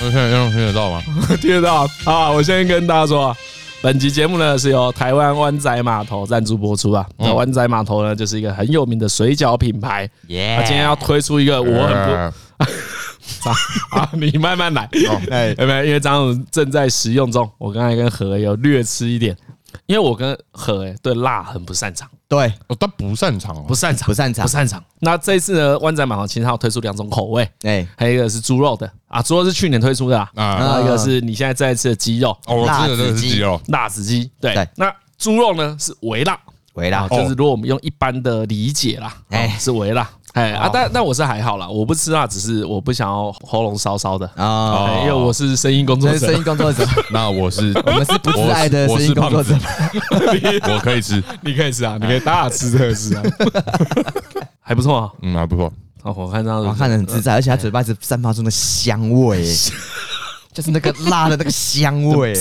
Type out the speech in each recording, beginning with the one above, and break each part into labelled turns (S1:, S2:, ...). S1: 能听得能听得到吗？
S2: 听得到啊！我先跟大家说，啊本集节目呢是由台湾湾仔码头赞助播出啊。那湾仔码头呢，就是一个很有名的水饺品牌。
S1: 耶
S2: 他今天要推出一个我很
S1: 呃
S2: 不 啊，你慢慢来。
S3: 哎，
S2: 有没有？因为张总正在食用中，我刚才跟何有略吃一点，因为我跟何哎对辣很不擅长，
S3: 对，
S1: 哦他不擅长哦
S2: 不，擅长，
S3: 不擅长
S2: 不擅长。那这次呢，湾仔码头其实它有推出两种口味，
S3: 哎，
S2: 还有一个是猪肉的啊，猪肉是去年推出的啊，
S1: 啊，
S2: 然后一个是你现在在吃的鸡肉
S1: 哦，我吃的真的是鸡肉，
S2: 辣子鸡，对
S3: 对，
S2: 那猪肉呢是微辣，
S3: 回答
S2: 啊，就是如果我们用一般的理解啦，哎
S3: 哎
S2: 是微辣，哎啊，但但我是还好啦，我不吃辣，只是我不想要喉咙烧烧的。
S3: 啊，
S1: 哦
S2: 哎因为我是声音工作
S3: 这是
S2: 者
S3: 声，音工 作者，
S1: 那我是
S3: 我们是不自爱的
S1: 哦我
S3: 声
S1: 是
S3: 音工作者
S1: 我，是胖子 我可以吃，
S2: 你可以吃
S3: 哎
S2: 啊，你可以大吃特吃啊，还不错啊。
S1: 嗯，还不错，
S2: 哦，我看到
S3: 我看得 很自在，而且他嘴巴一直散发出那香味，哎就是那个辣的那个香 味，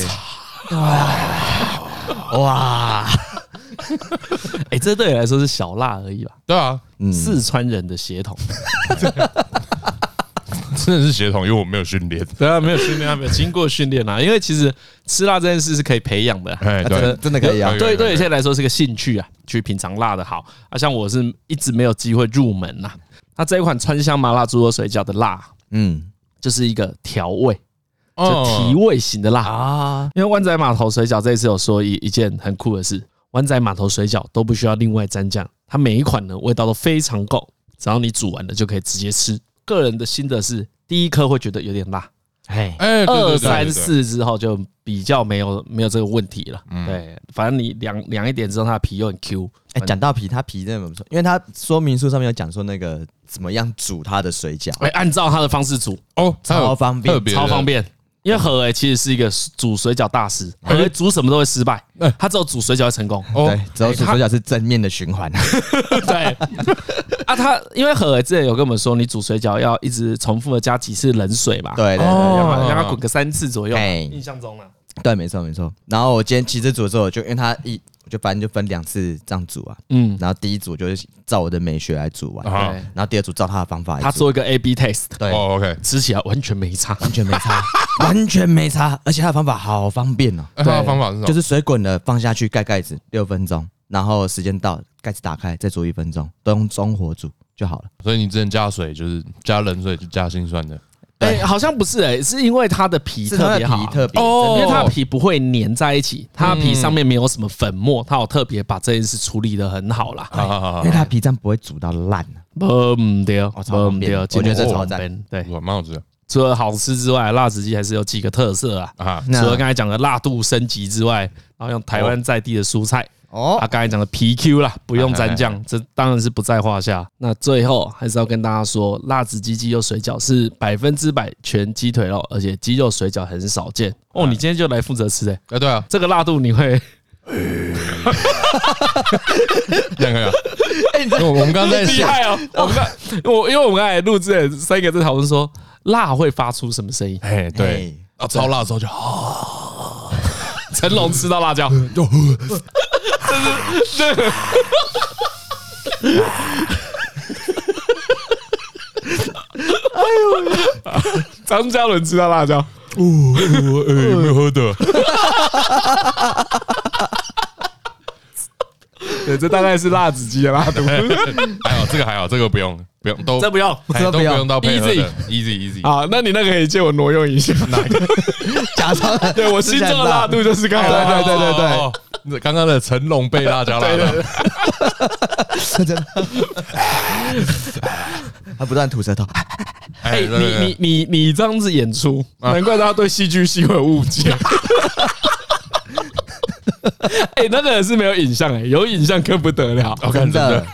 S3: 哇哇，
S2: 哎，这对你来说是小辣而已吧？
S1: 对啊，
S3: 嗯
S2: 四川人的血统，
S1: 真的是血统，因为我没有训练，
S2: 对啊，没有训练啊，没有经过训练啊，因为其实吃辣这件事是可以培养的啊。
S1: 哎，
S3: 真的
S1: 对，
S3: 真的可以啊
S1: 对，
S2: 对对，有些人来说是个兴趣啊，去品尝辣的好啊。像我是一直没有机会入门呐、那这一款川香麻辣猪肉水饺的辣，
S3: 嗯
S2: 就是一个调味，就
S1: 哦
S2: 提味型的辣。
S3: 啊，
S2: 因为湾仔码头水饺这一次有说一一件很酷的事，湾仔码头水饺都不需要另外蘸酱，它每一款呢味道都非常够，只要你煮完了就可以直接吃。个人的心得是，第一颗会觉得有点辣，
S3: 哎，
S1: 哎，对对对
S2: 二
S1: 对对
S2: 三四之后就比较没有没有这个问题了。
S1: 嗯
S2: 对，反正你凉凉一点之后，它的皮又很 Q。
S3: 哎，讲到皮，它皮真的很不错，因为它说明书上面有讲说那个怎么样煮它的水饺，
S2: 哎，按照它的方式煮，
S1: 哦，它有
S3: 超方便
S1: 特别的
S2: 超方。便。因为何哎其实是一个煮水饺大师，何哎煮什么都会失败，
S1: 哎
S2: 他只有煮水饺会成功。
S1: 哦
S3: 对，只有煮水饺是正面的循环，
S2: 对啊，他因为何之前有跟我们说，你煮水饺要一直重复的加几次冷水嘛，，
S3: 对对对。
S1: 哦
S2: 让它滚个三次左右，
S3: 哎
S2: 印象中呢，
S3: 对，没错没错。然后我今天其实煮的时候，我就因为它一，我就反正就分两次这样煮啊。
S2: 嗯，
S3: 然后第一组就是照我的美学来煮完，
S1: 啊
S2: 对
S3: 然后第二组照他的方法
S2: 他
S3: 来煮。
S2: 做一个 A B test，
S3: 对，
S1: 哦，OK，
S2: 吃起来完全没差，
S3: 完全没差， 完全没差，而且他的方法好方便哦，
S1: 哎它的方法是什么？
S3: 就是水滚了放下去盖盖子六分钟，然后时间到盖子打开再煮一分钟，都用中火煮就好了。
S1: 所以你之前加水就是加冷水就加辛酸的，
S2: 哎，好像不是哎，是因为它的皮
S3: 是它
S2: 特
S3: 的
S2: 别好
S3: 皮
S2: 啊。
S3: 特别
S1: 哦
S2: 因为它的皮不会粘在一起，它的皮上
S3: 嗯
S2: 面没有什么粉末，它有特别把这件事处理的很好啦。
S1: 好好好
S3: 因
S1: 好
S3: 为，它的皮这样不会煮到烂啊
S2: 不唔对，
S3: 哦超
S2: 不
S3: 方便
S2: 对，
S3: 我
S2: 今
S3: 觉
S2: 天
S3: 得这
S2: 是
S3: 超
S2: 炒
S3: 赞
S2: 边。对，
S1: 哇，蛮好吃的
S2: 除了好吃之外，辣子鸡还是有几个特色啊。
S1: 啊！
S3: 那
S2: 除了刚才讲的辣度升级之外，然后用台湾在地的蔬菜，
S3: 哦哎
S2: 啊，刚才讲的 PQ 啦，不用蘸酱，这当然是不在话下。那最后还是要跟大家说，辣子鸡鸡肉水饺是百分之百全鸡腿肉，而且鸡肉水饺很少见
S3: 哎
S2: 哦。你今天就来负责吃诶、欸
S1: 哎，对啊，
S2: 这个辣度你会
S1: 这样可以啊。因为我们刚刚 在
S2: 厉
S1: 想，
S2: 害哦！我们刚我因为我们刚才录制的三个在讨论说辣会发出什么声音，
S1: 哎，对，啊，超辣的时候就好，
S2: 成龙吃到辣椒， 张嘉伦吃到辣椒，
S1: 哎有没有喝的？
S2: 对，这大概是辣子鸡的辣度，
S1: 还好，这个还好，这个不用，不用，都
S2: 这不用。
S1: 哎都
S3: 这个
S1: 不
S3: 不用
S1: 用到配合的
S2: Easy
S1: ，easy easy。
S2: 好，那你那个可以借我挪用一下。
S3: 假装的
S2: 对我心中的辣度就是刚才那个
S3: 对对对对
S1: 哦，那刚刚的成龙被辣椒辣的，
S3: 真的， 他不断吐舌头，
S1: 哎
S2: 哎，啊
S1: 对对对
S2: 你你你你这样子演出，难怪大家对戏剧系会有误解。 哎，那个是没有影像哎，有影像更不得了。
S1: 我 看真
S3: 真
S1: 的
S3: 的，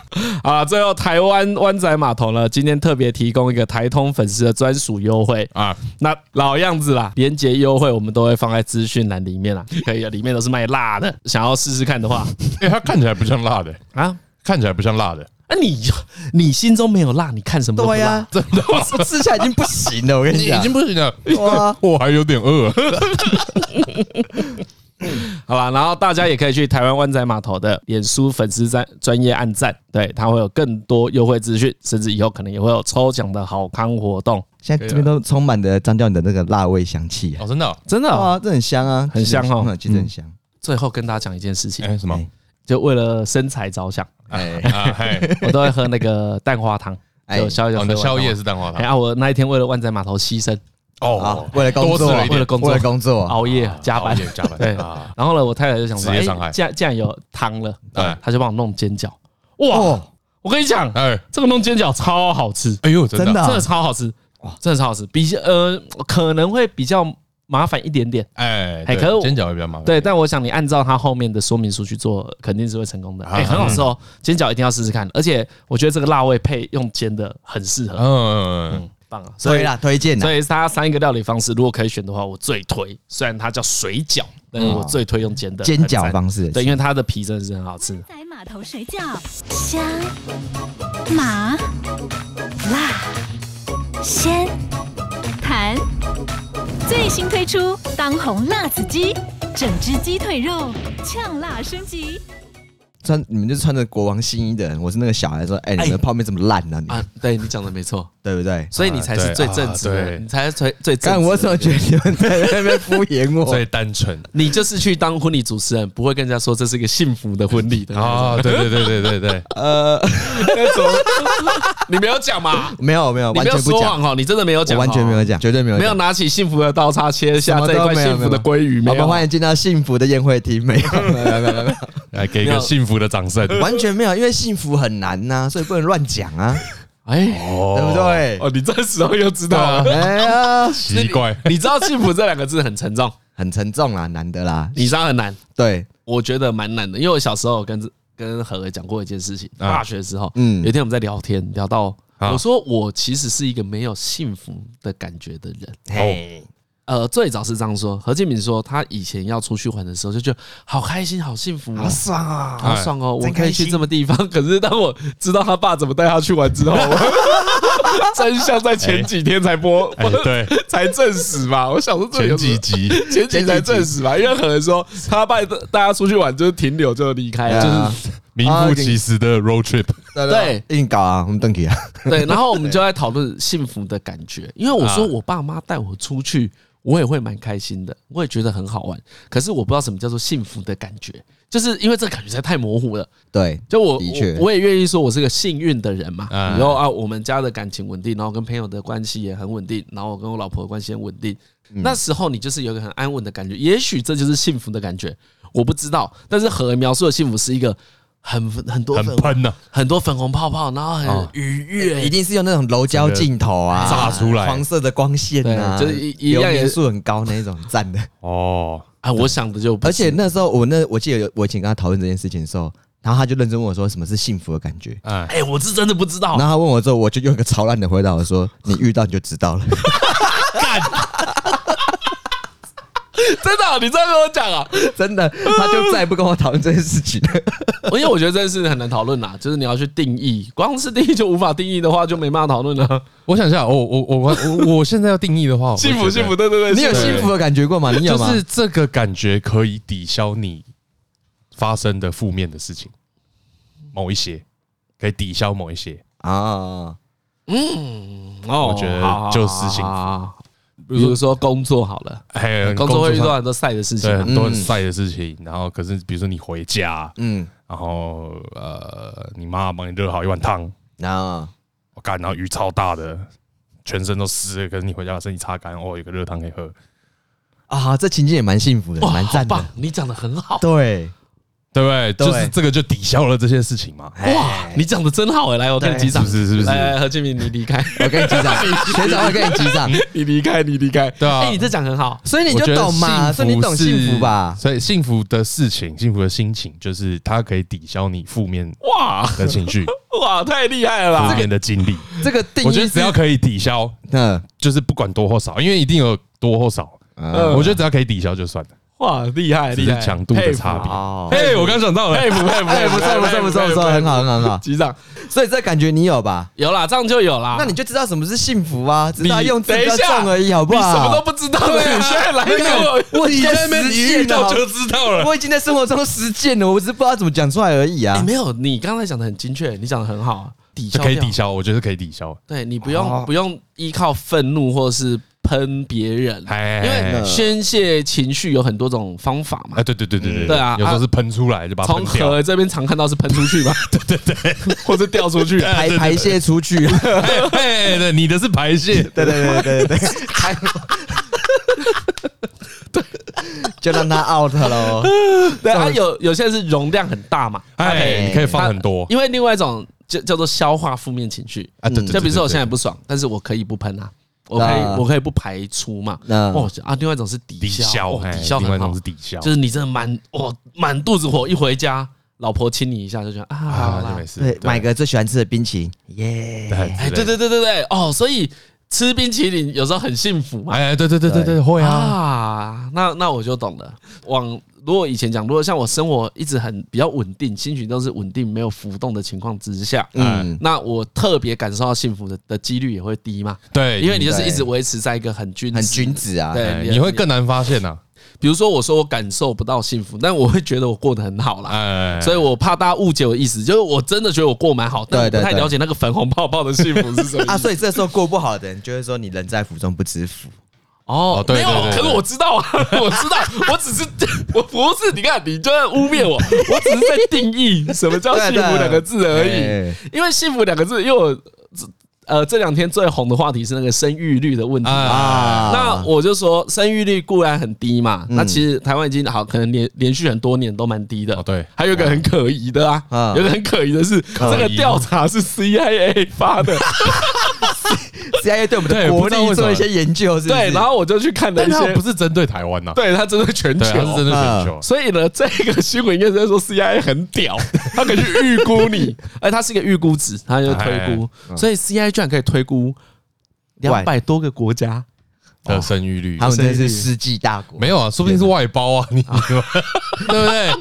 S2: 啊，最后台湾湾仔码头呢，今天特别提供一个台通粉丝的专属优惠
S1: 啊，
S2: 那老样子啦，连结优惠我们都会放在资讯栏里面 啦，可以啊，里面都是卖辣的，想要试试看的话
S1: 哎，它看起来不像辣的，
S2: 啊，
S1: 看起来不像辣的，
S2: 啊你你心中没有辣，你看什么都不辣
S3: 对呀，
S1: 真的吗，
S3: 吃起来已经不行了，我跟你
S1: 已
S3: 讲
S1: 经，不行了，
S3: 哇
S1: 我还有点饿。
S2: 好吧，然后大家也可以去台湾湾仔码头的脸书粉丝专专业按赞，对，它会有更多优惠资讯，甚至以后可能也会有抽奖的好康活动，
S3: 现在这边都充满了张教你的那个辣味香气啊！
S1: 哦，真的哦，
S2: 真的、哦。
S3: 啊，这很香啊，
S2: 很香哦
S3: 嗯其实很香。
S2: 最后跟大家讲一件事情，
S1: 哎，什么？
S2: 就为了身材着想，
S3: 哎
S1: 啊，嘿，
S2: 我都会喝那个蛋 花汤，
S3: 哎
S2: 就宵夜
S1: 哦，你的宵夜
S2: 是。
S1: 是蛋花
S2: 哎
S1: 汤
S2: 啊！我那一天为了万仔码头牺牲，
S1: 哦
S3: 啊，，为了工
S1: 多吃
S3: 作，
S1: 了一点
S2: 为了工作
S3: 为了工作，哦
S2: 熬夜加 班
S1: 熬夜，加班
S2: 对
S1: 啊，
S2: 然后呢，我太太就想说，
S1: 哦职业
S2: 哎
S1: 伤害，
S2: 既然既然有汤了，
S1: 对
S2: 她就帮我弄煎饺。哇，
S3: 哦，
S2: 我跟你讲，
S1: 哎，
S2: 这个弄煎饺超好吃，
S1: 哎呦，
S3: 真
S1: 真
S3: 的
S1: 的，
S3: 啊
S2: 真的超好吃，
S3: 哇
S2: 真的超好吃。比较呃，可能会比较麻烦一点点，
S1: 哎，对
S2: 哎可是我
S1: 煎饺会比较麻烦，
S2: 对，但我想你按照它后面的说明书去做，肯定是会成功的。
S1: 啊
S2: 哎，很好吃哦，煎饺一定要试试看。而且我觉得这个辣味配用煎的很适合，
S1: 嗯，嗯嗯，
S2: 嗯，棒啊！所
S3: 推
S2: 以
S3: 啦，推荐啦，
S2: 所以它三个料理方式，如果可以选的话，我最推。虽然它叫水饺，但是我最推用煎的
S3: 啊煎饺
S2: 吧。
S3: 方式，
S2: 对，因为它的皮真的是很好吃
S4: 湾。仔码头水饺，香、麻、辣、鲜、弹。最新推出当红辣子鸡，整只鸡腿肉呛辣升级。
S3: 穿你们就是穿着国王新衣的人，我是那个小孩说，哎，你们泡面这么烂呢，你
S2: 啊，对你讲的没错，
S3: 对不对？
S2: 所以你才是最正直
S1: 啊
S2: 的，
S1: 对
S2: 你才是最最正直的
S3: 但
S2: 人。
S3: 我怎么觉得你们在那边敷 衍我？
S1: 最单纯
S2: 你就是去当婚礼主持人，不会跟人家说这是一个幸福的婚礼的。
S1: 啊，对对对对对对，
S3: 呃，
S2: 你没有讲 嘛？
S3: 没有没有，
S2: 你
S3: 完
S2: 没有
S3: 全不
S2: 说
S3: 讲，
S2: 谎哦，你真的没有
S3: 我
S2: 讲，
S3: 完全没有，讲，绝对没有
S2: 没有
S3: 讲。
S2: 拿起幸福的刀叉切下这一块幸福的鲑鱼，没
S3: 我
S2: 有
S3: 们。欢迎进到幸福的宴会厅，没有没有没有没有没
S1: 来给一个幸福的掌声，
S3: 有，完全没有，因为幸福很难呐，所以不能乱讲啊，
S2: 哎，
S1: 哦
S3: 对不？对？
S2: 哦，你啊这时候又知道了。
S3: 哎呀，
S1: 奇怪，
S2: 你知道幸福这两个字很沉重，
S3: 很沉重啊，难的啦。
S2: 你知道很难，
S3: 对，
S2: 我觉得蛮难的。因为我小时候有跟跟何何讲过一件事情，
S1: 啊
S2: 大学的时候，
S3: 嗯
S2: 有一天我们在聊天，聊到
S1: 啊
S2: 我说我其实是一个没有幸福的感觉的人。
S3: 嘿，
S2: 呃，最早是这样说，何建敏说他以前要出去玩的时候就觉得好开心、好幸福、哦
S3: 好。爽啊！
S2: 好爽哦！我
S3: 真开
S2: 可以去这么地方，可是当我知道他爸怎么带他去玩之后，真相在前几天才播，
S1: 哎，对，
S2: 才证实嘛。我想说这
S1: 前
S2: 有什么
S1: 几集
S2: 前几才证实吧，因为可能说他带大家出去玩就是停留就离开
S3: 对啊
S2: 了，
S1: 名副其实的 road trip，
S2: 对
S3: 硬搞啊，我们邓体啊，
S2: 对。然后我们就在讨论幸福的感觉，因为我说我爸妈带我出去，我也会蛮开心的，我也觉得很好玩。可是我不知道什么叫做幸福的感觉，就是因为这个感觉实在太模糊了。
S3: 对，
S2: 就我
S3: 的确
S2: 我我也愿意说我是个幸运的人嘛。
S1: 嗯
S2: 然后啊，我们家的感情稳定，然后跟朋友的关系也很稳定，然后我跟我老婆的关系很稳定。那时候你就是有一个很安稳的感觉，也许这就是幸福的感觉，我不知道。但是何描述的幸福是一个很很多
S1: 很
S2: 粉红
S1: 喷啊呐，
S2: 很多粉红泡泡，然后很
S1: 哦
S2: 愉悦
S3: 一。定是用那种柔焦镜头啊，
S1: 整个炸出来
S3: 黄色的光线啊，
S2: 对就是一一样
S3: 流
S2: 也
S3: 明数很高那一种，赞的。
S1: 哦，
S2: 啊，我想的就不
S3: 而
S2: 是
S3: 且那时候我那我记得有我以前跟他讨论这件事情的时候，然后他就认真问我说什么是幸福的感觉。
S1: 哎，
S2: 哎，我是真的不知道
S3: 然，后他问我之后，我就用一个超烂的回答，我说：“你遇到你就知 道了。
S2: 真的哦，你这样跟我讲啊，”
S3: 真的，他就再也不跟我讨论这件事情了。
S2: 因 为我觉得这件事很难讨论啦，就是你要去定义，光是定义就无法定义的话，就没办法讨论了。
S1: 我想一下，我我我我我现在要定义的话，我
S2: 幸福，
S1: 觉得
S2: 幸福，对 对对，
S3: 你有
S2: 福
S3: 幸福的感觉过吗？你有
S1: 就
S3: 吗？
S1: 是这个感觉可以抵消你发生的负面的事情，某一些可以抵消某一些，
S3: 啊，
S2: 哦
S1: 我觉得就是幸福
S2: 福。比如说工作好了，
S1: 还有
S2: 嗯工作会遇到
S1: 上
S2: 很多晒的事情
S1: 对
S2: 啊，
S1: 很多很
S3: 嗯
S1: 晒的事情，然后可是比如说你回家，
S3: 嗯，
S1: 然后呃，你妈帮你热好一碗汤，
S3: 然后
S1: 我干，然后雨超大的，全身都湿了，可是你回家把身体擦干，哦，有个热汤可以喝，
S3: 啊，这情境也蛮幸福的，
S2: 哇
S3: 蛮
S2: 好
S3: 赞
S2: 棒
S3: 的。，
S2: 你讲的很好，
S3: 对，
S1: 对不对？
S3: 对
S1: 就是这个就抵消了这些事情嘛，
S2: 哇，你讲的真好哎，来，我跟你击
S1: 是
S2: 掌
S1: 不，是？是不是？
S2: 来来，何俊明，你离开，
S3: 我跟你击掌，学长会跟你击掌，
S2: 你离开，你离开，
S1: 对啊
S2: 哎，你这讲很好，
S3: 所以你
S1: 我
S3: 就
S1: 觉得
S3: 懂
S1: 幸
S3: 嘛，所以你
S1: 福
S3: 懂幸福
S1: 是
S3: 吧？
S1: 所以幸福的事情、幸福的心情，就是它可以抵消你负面
S2: 哇
S1: 的情 绪、
S2: 哇，太厉害了
S1: 负
S2: 啦，
S1: 面的经历。
S3: 这个定义，
S1: 我觉得只要，可以抵消，
S3: 嗯
S1: 就是不管多或少，因为一定有多或少。
S3: 嗯
S2: 呃
S1: 我觉得只要可以抵消就算了。
S2: 哇，厉害
S1: 只
S2: 厉
S1: 是
S2: 害，
S1: 强度的差别
S3: 哦，
S1: 哎，我刚想到了，
S2: 佩服佩服
S3: 哎，
S2: 佩服，
S3: 不错不错不错不错，很好很好很好。
S2: 局长
S3: 所以这感觉你有吧？
S2: 有啦，这样就有啦。
S3: 那你就知道什么是幸福啊，只是他
S2: 你
S3: 用字
S2: 等
S3: 比
S2: 一
S3: 较
S2: 下
S3: 重而已，好不
S2: 啊你
S3: 好？啊
S2: 什么都不知道的，你现在来给我，
S3: 我已
S1: 你
S3: 经
S1: 在
S3: 在啊
S1: 那边
S3: 实
S1: 一遇
S3: 践
S1: 到
S3: 了，
S1: 就知道了。
S3: 我已经在生活中实践了，我只是不知道怎么讲出来而已
S2: 哎
S3: 啊。
S2: 没有，你刚才讲的很精确，你讲的很好啊，抵
S1: 这
S2: 消
S1: 可以
S2: 掉
S1: 抵。消，我觉得可以抵消。
S2: 对你不用、
S3: 哦
S2: 不用依靠愤怒或是喷别人，
S1: 哎，
S2: 因为
S3: 呢
S2: 宣泄情绪有很多种方法嘛
S1: 啊，。对对对对对，
S2: 对啊
S1: 有时候是喷出来就把它
S2: 从
S1: 喷掉。
S2: 河这边常看到是喷出去嘛，对对 对，或者掉出去。
S3: 排排泄出去，
S1: 哎哎，对，你的是排 泄，
S3: 对对对对对对，还 就让他 out 喽。
S2: 对啊，有有些人是容量很大嘛，
S1: 哎，你可以放很多
S2: 因为另外一种叫叫做消化负面情绪，
S1: 啊。对对，对
S2: 就比如说我现在
S1: 对
S2: 不爽，但是我可以不喷啊，我可以
S3: 那
S2: 我可以不排出嘛。
S3: 那
S2: 哦啊，另外一种是
S1: 抵
S2: 抵消，
S1: 消，
S2: 哦
S1: 哎
S2: 抵消
S1: 另外一
S2: 很
S1: 种
S2: 好
S1: 是，抵消，
S2: 就是你真的满哦满肚子火，一回家老婆亲你一下就觉得啊，好
S1: 啊，就
S2: 啦
S1: 没事。
S3: 对，买个最喜欢吃的冰淇淋，耶！
S1: 哎
S2: 哎，对对对对对，哦，所以吃冰淇淋有时候很幸福嘛。
S1: 哎，对对对对对，会啊，
S2: 啊，那那我就懂了。往如果以前讲，如果像我生活一直很比较稳定，心情都是稳定没有浮动的情况之下，哎
S3: 嗯，
S2: 那我特别感受到幸福的的几率也会低嘛，
S1: 对，
S2: 因为你就是一直维持在一个很均
S3: 很
S2: 值
S3: 君。子啊。
S2: 对
S1: 哎
S2: 你
S1: 你会更难发现呐，
S2: 比如说，我说我感受不到幸福，但我会觉得我过得很好啦。
S1: 哎，
S2: 所以我怕大家误解我的意思，就是我真的觉得我过蛮好，但我不
S3: 对对
S2: 太
S3: 对
S2: 了解那个粉红泡泡的幸福是什么意思
S3: 啊，所以这时候过不好的人就会说你人在福中不知福。
S2: 哦
S1: 哦，对
S2: 没有
S1: 对对，对
S2: 可是我知道啊， 我 知道，我只是我不是，你看你就在污蔑我，我只是在定义什么叫
S3: 对
S2: 幸
S3: 对
S2: 福两个字而已。
S3: 哎
S2: 因为幸福两个字，因为我呃这两天最红的话题是那个生育率的问题。
S1: 啊嗯
S3: 啊
S2: 那我就说，生育率固然很低嘛，那其实台湾已经好，可能连连续很多年都蛮低的
S1: 哦。对
S2: 还有一个很可疑的啊
S3: 啊，
S2: 有一个很可疑的是，这个
S1: 疑
S2: 调查是 CIA 发的，
S3: CIA 对我们
S1: 对
S3: 的
S1: 不
S3: 国
S1: 知道为
S3: 力
S1: 什么
S3: 做一些研究，是不是？
S2: 对，然后我就去看了
S1: 但
S2: 一
S1: 它
S2: 些
S1: 不，是针对台湾呐，
S2: 对嗯他真的全
S1: 对，
S2: 球，
S1: 它是针对全球，
S2: 所以呢，这个新闻应该是在说 CIA 很 屌，他可以去预估你，而它是一个预估值，它就推估，所以 CIA 居然可以推估两百多个国家，
S1: 的生育率
S3: 他们真是世纪大国，
S1: 没有啊，说不定是外包啊，你 对不对？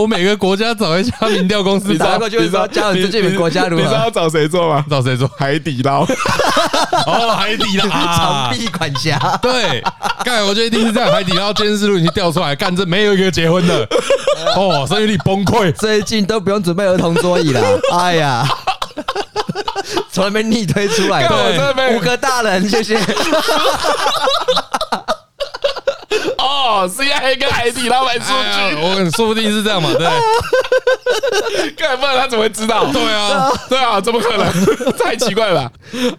S1: 我每个国家找一家民调公司，
S3: 打过去就是说，加入这些国家如
S2: 你知道
S3: 何
S2: 要找谁做吗？
S1: 找谁做？
S2: 海底捞，
S1: 哦，海底 捞啊
S3: 长，臂管辖，
S1: 对，干，我觉得一定是这样。海底捞监视录已经调出来，干这没有一个结婚 的，哦，生育率崩溃。
S3: 最近都不用准备儿童桌椅了。哎呀，从那边逆推出来
S2: 干我真的
S3: 的
S2: 被
S3: 五个大人，谢谢。
S2: 哦，CIA 跟海底捞买数
S1: 哎呀
S2: 据，
S1: 我跟你说不定是这样嘛，对
S2: 干不然他怎么会知道？
S1: 对啊，
S2: 对啊，怎么可能？ 太奇怪了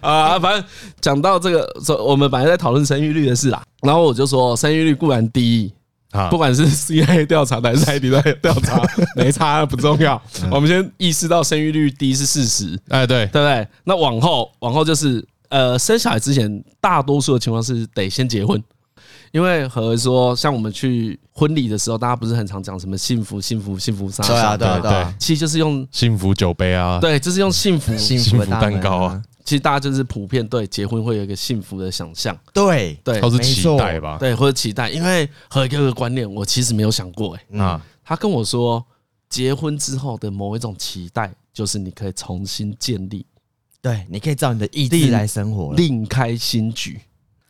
S2: 吧啊！反正讲到这个，说我们本来在讨论生育率的事啦，然后我就说生育率固然低，
S1: 啊
S2: 不管是 CIA 调查的还是海底捞调查， 没差不重要。
S3: 嗯
S2: 我们先意识到生育率低是事实，
S1: 哎对
S2: 对不对？那往后往后就是呃，生小孩之前，大多数的情况是得先结婚。因为和说，像我们去婚礼的时候，大家不是很常讲什么幸福、幸福、幸福啥？
S3: 对啊，对啊，
S1: 对
S3: 对啊，
S2: 其实就是用
S1: 幸福酒杯啊，
S2: 对，就是用幸福
S3: 幸
S1: 幸
S3: 福
S1: 福
S3: 的大门
S1: 蛋糕啊，，
S2: 其实大家就是普遍对结婚会有一个幸福的想象，
S3: 对，
S2: 对
S1: 都是期待吧？
S2: 对或者期待，因为和一个观念，我其实没有想过、欸，
S3: 嗯
S1: 啊，
S2: 他跟我说，结婚之后的某一种期待，就是你可以重新建立，
S3: 对，你可以照你的意志来生活了。
S2: 另开新局。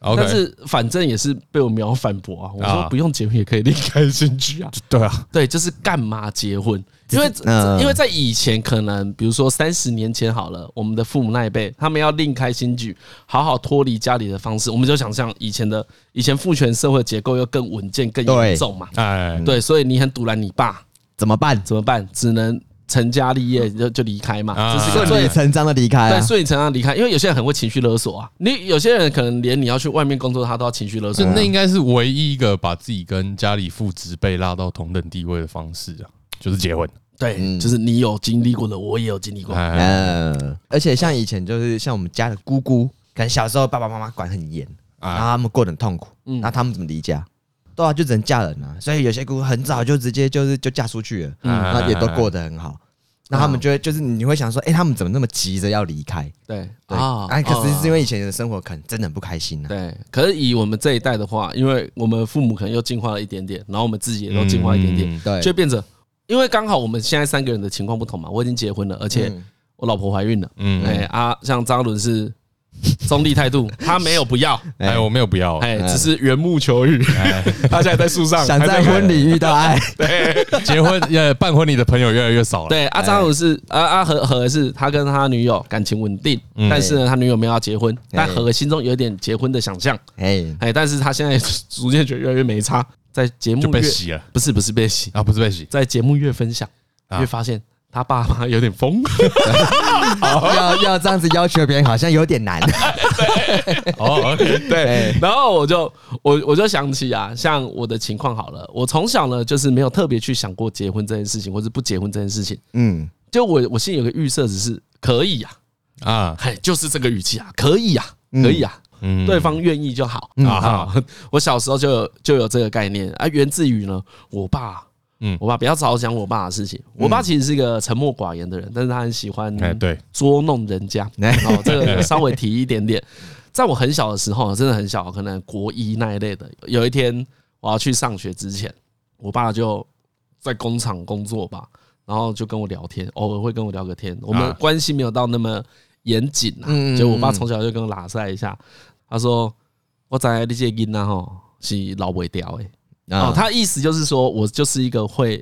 S1: OK，
S2: 但是反正也是被我秒反驳啊，我说
S1: 啊
S2: 不用结婚也可以另开新局啊，
S1: 对啊，
S2: 对，就是干嘛结婚？因为
S3: 嗯
S2: 因为在以前可能，比如说三十年前好了，我们的父母那一辈，他们要另开新局，好好脱离家里的方式，我们就想象以前的以前父权社会结构又更稳健、更严重嘛。
S1: 哎，
S2: 对，所以你很堵拦你爸
S3: 怎么办？
S2: 怎么办？只能成家立业就就离开嘛，
S1: 啊
S2: 这是一个
S3: 顺
S2: 最
S3: 理成章的离开
S2: 对
S3: 啊，
S2: 顺理成章地离开。因为有些人很会情绪勒索啊，你有些人可能连你要去外面工作，他都要情绪勒索
S1: 这。那应该是唯一一个把自己跟家里父职辈拉到同等地位的方式啊，就是结婚。
S2: 对，就是你有经历过的，我也有经历过。
S1: 哎，
S3: 嗯，而且像以前就是像我们家的姑姑，可能小时候爸爸妈妈管很严，然后他们过得很痛苦，
S2: 嗯
S3: 那他们怎么离家？对啊，就只能嫁人啊。所以有些姑姑很早就直接就是就嫁出去了，
S1: 嗯
S3: 那也都过得很好。那他们就会就是你会想说，哎，他们怎么那么急着要离开？
S2: 对
S3: 对，
S2: 啊，
S3: 哎，可是是
S2: 为
S3: 因为以前的生活可能真的很不开心啊。
S2: 对，可是以我们这一代的话，因为我们父母可能又进化了一点点，然后我们自己也都进化一点点，
S1: 嗯
S3: 对，
S2: 就变成，因为刚好我们现在三个人的情况不同嘛，我已经结婚了，而且
S3: 嗯
S2: 我老婆怀孕了，
S1: 嗯，
S2: 哎啊，像张伦是中立态度，他没有不要，
S1: 哎，我没有不要，
S2: 哎，只是缘木求鱼，他现在哎在树上，
S3: 想
S2: 还
S3: 在婚礼遇到爱，
S1: 结 婚呃办婚礼的朋友越来越少了。
S2: 对，阿张鲁是啊啊和和是他跟他女友感情稳定，但是呢，他女友没有要结婚，但和心中有点结婚的想象，
S3: 哎，
S2: 哎，但是他现在逐渐觉得越来越没差，在节目
S1: 就被
S2: 越
S1: 洗了
S2: 不是不是被洗，
S1: 啊，不是被 洗，
S2: 在节目越分享
S1: 啊
S2: 越发现他爸妈有点疯
S3: 要要这样子要求别人好像有点难。
S1: 哦，OK，
S2: 对，然后我就我我就想起啊，像我的情况好了，我从小呢就是没有特别去想过结婚这件事情，或是不结婚这件事情，
S3: 嗯，
S2: 就我我心里有个预设，只是可以呀、啊，
S1: 啊，
S2: 哎，就是这个语气啊，可以呀、可以呀、
S1: 嗯
S2: 对方愿意就好
S3: 嗯
S2: 啊。我小时候就有就有这个概念啊，源自于呢，我爸，
S1: 嗯
S2: 我爸不要早讲我爸的事情。我爸其实是一个沉默寡言的人，但是他很喜欢
S1: 哎对
S2: 捉弄人家。
S3: 哎
S2: 哦，这 个稍微提一点点。在我很小的时候，真的很小，可能国一那一类的。有一天我要去上学之前，我爸就在工厂工作吧，然后就跟我聊天，偶尔会跟我聊个天。我们
S1: 啊
S2: 关系没有到那么严谨啊，
S3: 嗯
S2: 就我爸从小就跟我拉塞一下，他说：“我知道你这个囡仔啊吼是老不掉的。”
S3: 啊
S2: 哦，他意思就是说我就是一个会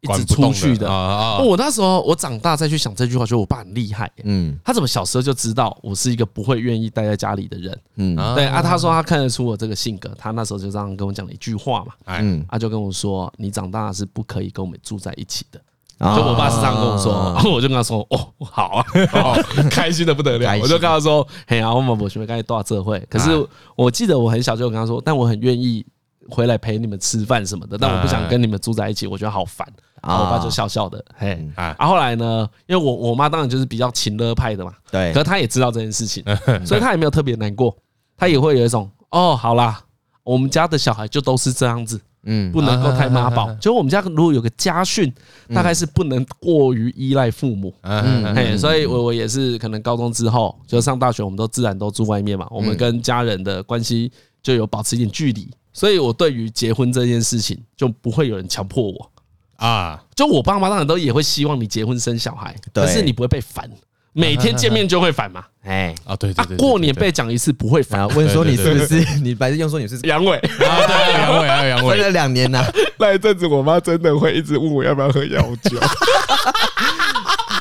S2: 一
S1: 管
S2: 直
S1: 不动
S2: 出去的。
S1: 啊
S2: 哦
S1: 啊，啊
S2: 我那时候我长大再去想这句话，觉得我爸很厉害耶、欸
S3: 嗯
S2: 他怎么小时候就知道我是一个不会愿意待在家里的人？
S3: 嗯
S2: 对啊，他说他看得出我这个性格，他那时候就这样跟我讲了一句话嘛，啊
S1: 哎，
S3: 嗯，
S2: 他就跟我说：“你长大是不可以跟我们住在一起的。”
S3: 就
S2: 就我爸是这样跟我说， 然后我就跟他说：“哦，好啊，哦、开心的不得了
S3: 开。”心
S2: 我就跟他说：“嘿啊，我们我学妹刚才多少这会，可是我记得我很小就有跟他说，但我很愿意回来陪你们吃饭什么的，但我不想跟你们住在一起，我觉得好烦。”然
S3: 啊
S2: 后我爸就笑笑的，嘿。
S1: 啊，
S2: 啊，后来呢？因为我我妈当然就是比较情乐派的嘛，
S3: 对
S2: 可，是她也知道这件事情，所以她也没有特别难过，她也会有一种哦，好啦，我们家的小孩就都是这样子，
S3: 嗯
S2: 不能够太妈宝。就我们家如果有个家训，大概是不能过于依赖父母。
S1: 嗯
S2: 嘿，所以我我也是可能高中之后，就上大学，我们都自然都住外面嘛，我们跟家人的关系就有保持一点距离，所以我对于结婚这件事情就不会有人强迫我。
S1: 啊，
S2: 就我爸妈当然都也会希望你结婚生小孩，
S3: 对
S2: 可是你不会被烦，每天见面就会烦嘛。
S3: 哎，
S1: 啊，对对
S2: 啊
S1: 对，，
S2: 过年被讲一次不会
S3: 然
S2: 烦
S3: 后。问说你是不是你白日用说你是
S2: 阳痿
S1: 啊，对，阳痿，还有阳
S3: 分
S1: 痿，
S3: 了两年呐，
S2: 那一阵子，我妈真的会一直问我要不要喝药酒。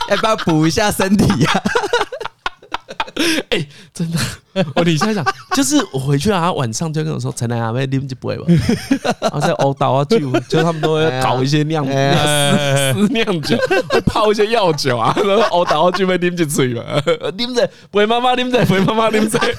S3: 要不要补一下身体呀？
S2: 哎、真的， 我你现在想，就是我回去啊，晚上就跟我说陈南阿妹你们就不会 吧，然后在欧岛啊聚会，就他们都会搞一些酿
S3: 哎呀
S2: 私私酿酒，会泡一些药酒啊，然后欧岛啊聚会你们就醉了， 你们在不会妈妈，你们在不会妈妈，你们在。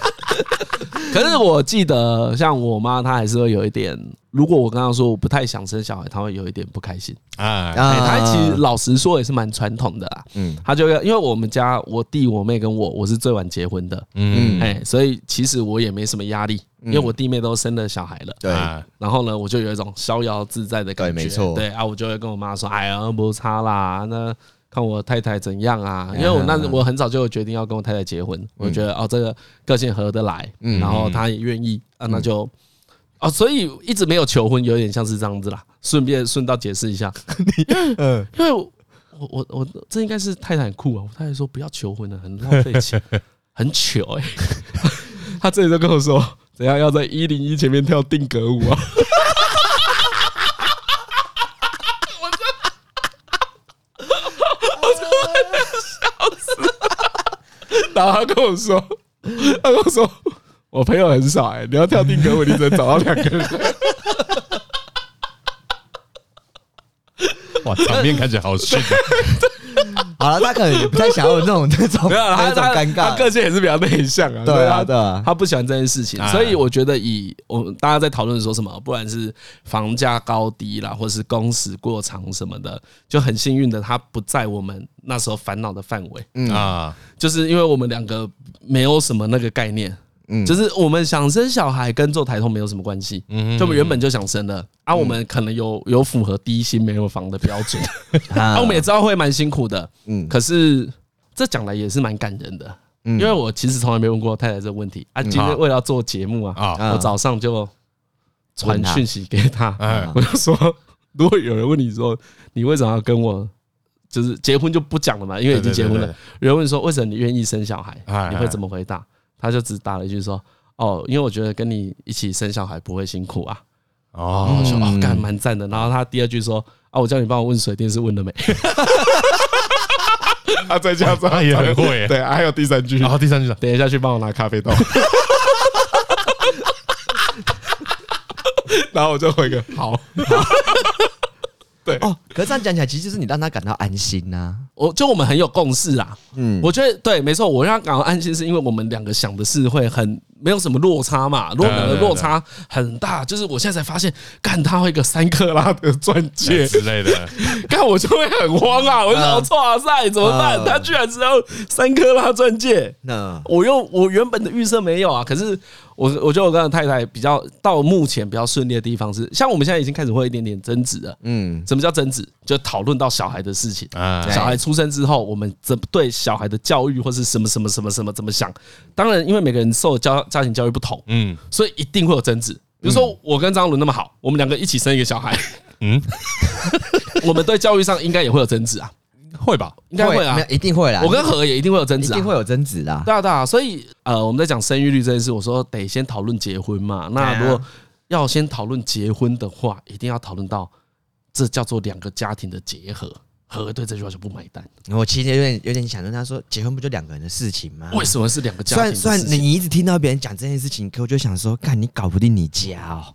S2: 可是我记得，像我妈，她还是会有一点。如果我跟她说我不太想生小孩，她会有一点不开心。
S1: 啊，
S2: 哎、她其实老实说也是蛮传统的啦。
S3: 嗯
S2: 她就要，因为我们家我弟、我妹跟我，我是最晚结婚的。
S1: 嗯，
S2: 哎、所以其实我也没什么压力，因为我弟妹都生了小孩了。
S3: 对
S1: 啊
S2: 然后呢，我就有一种逍遥自在的感觉。
S3: 对没错
S2: 对啊，我就会跟我妈说：“哎呀，不差啦，那看我太太怎样 啊？”因为我那我很早就有决定要跟我太太结婚，我觉得哦，这个个性合得来，然后她也愿意啊，那就。哦，所以一直没有求婚，有点像是这样子啦。顺便顺道解释一 下，
S3: 嗯，
S2: 因为我我我这应该是太太很酷啊，我太太说不要求婚了，很浪费 钱，很糗 哎、他这里就跟我说，怎样要在一零一前面跳定格舞啊？我真的，我真的很想死。然后他跟我说，他跟我说，我朋友很少哎、你要跳定格舞，你只能找到两个人。
S1: 哇，场面看起来好 炫啊，
S3: 好了，他可能也不太想要有那种 这种
S2: 没有啦，他
S3: 这种
S2: 他
S3: 尴
S2: 他个
S3: 尬。
S2: 性也是比较内向啊，
S3: 对啊
S2: 所以他
S3: 对啊
S2: 他不喜欢这件事情，
S1: 啊
S2: 所以我觉得以我们大家在讨论说什么，不管是房价高低啦，或是工时过长什么的，就很幸运的他不在我们
S3: 嗯
S2: 那时候烦恼的范围，
S1: 啊，
S2: 就是因为我们两个没有什么那个概念，
S3: 嗯
S2: 就是我们想生小孩跟做台通没有什么关系，
S1: 嗯
S2: 就我们原本就想生了啊，我们可能有有符合低薪没有房的标准，啊，
S3: 啊
S1: 嗯
S2: 我们也知道会蛮辛苦的，
S3: 嗯
S2: 可是这讲来也是蛮感人的，
S3: 嗯
S2: 因为我其实从来没问过太太这个问题啊，今天为了要做节目啊，
S1: 嗯啊，
S3: 啊
S2: 我早上就传
S3: 问她
S2: 讯息给她，
S1: 哎，
S2: 我就说，如果有人问你说你为什么要跟我就是结婚就不讲了嘛，因为已经结婚
S1: 对
S2: 了
S1: 对对。
S2: 有人问说为什么你愿意生小
S1: 哎
S2: 孩，你会怎么回答？他就只打了一句说：“哦，因为我觉得跟你一起生小孩不会辛苦啊。”
S1: 哦
S2: 我，说：“哦，
S3: 嗯
S2: 干蛮赞的。”然后他第二句说：“啊，我叫你帮我问水电是问了没
S5: 啊，再加上
S1: 他 也很会。
S5: 对，还有第三句
S1: 然，后第三句呢？？”
S2: 等一下去帮我拿咖啡豆。
S5: 然后我就回个 好，
S3: 哦，可是这样讲起来，其实就是你让他感到安心啊呐。
S2: 我就我们很有共识啊，
S3: 嗯，
S2: 我觉得对，没错，我让他感到安心，是因为我们两个想的是会很没有什么落差嘛。如果我们的落差很大，就是我现在才发现，干他会一个三克拉的钻戒，
S1: 哎之类的，
S2: 干我就会很慌啊！我就想，哇塞，怎么办？
S3: 嗯
S2: 他居然知道三克拉钻戒，
S3: 那
S2: 我又我原本的预设没有啊。可是我我觉得我跟我太太比较到目前比较顺利的地方是，像我们现在已经开始会有一点点争执了。
S3: 嗯
S2: 什么叫争执？就讨论到小孩的事情。
S3: 哎
S1: 啊，
S2: 小孩出生之后，我们怎么对小孩的教育或是什么什么什么什么怎么想？当然，因为每个人受的家家庭教育不同，
S1: 嗯
S2: 所以一定会有争执。比如说，我跟张伦那么好，我们两个一起生一个小孩，
S1: 嗯，
S2: 我们对教育上应该也会有争执啊，
S1: 会吧？
S2: 应该会啊
S3: 没有。一定会啦。
S2: 我跟何也一定会有争
S3: 一
S2: 执啊
S3: 定，会有争执啦。
S2: 对啊对啊。所以呃，我们在讲生育率这件事，我说得先讨论结婚嘛。那如果要先讨论结婚的话，一定要讨论到这叫做两个家庭的结合。何对这句话就不买单，
S3: 我其实有点有点想跟他说，结婚不就两个人的事情吗？
S2: 为什么是两个家
S3: 虽
S2: 庭
S3: 然
S2: 的事情？
S3: 虽然你一直听到别人讲这件事情，可我就想说，看你搞不定你家哦。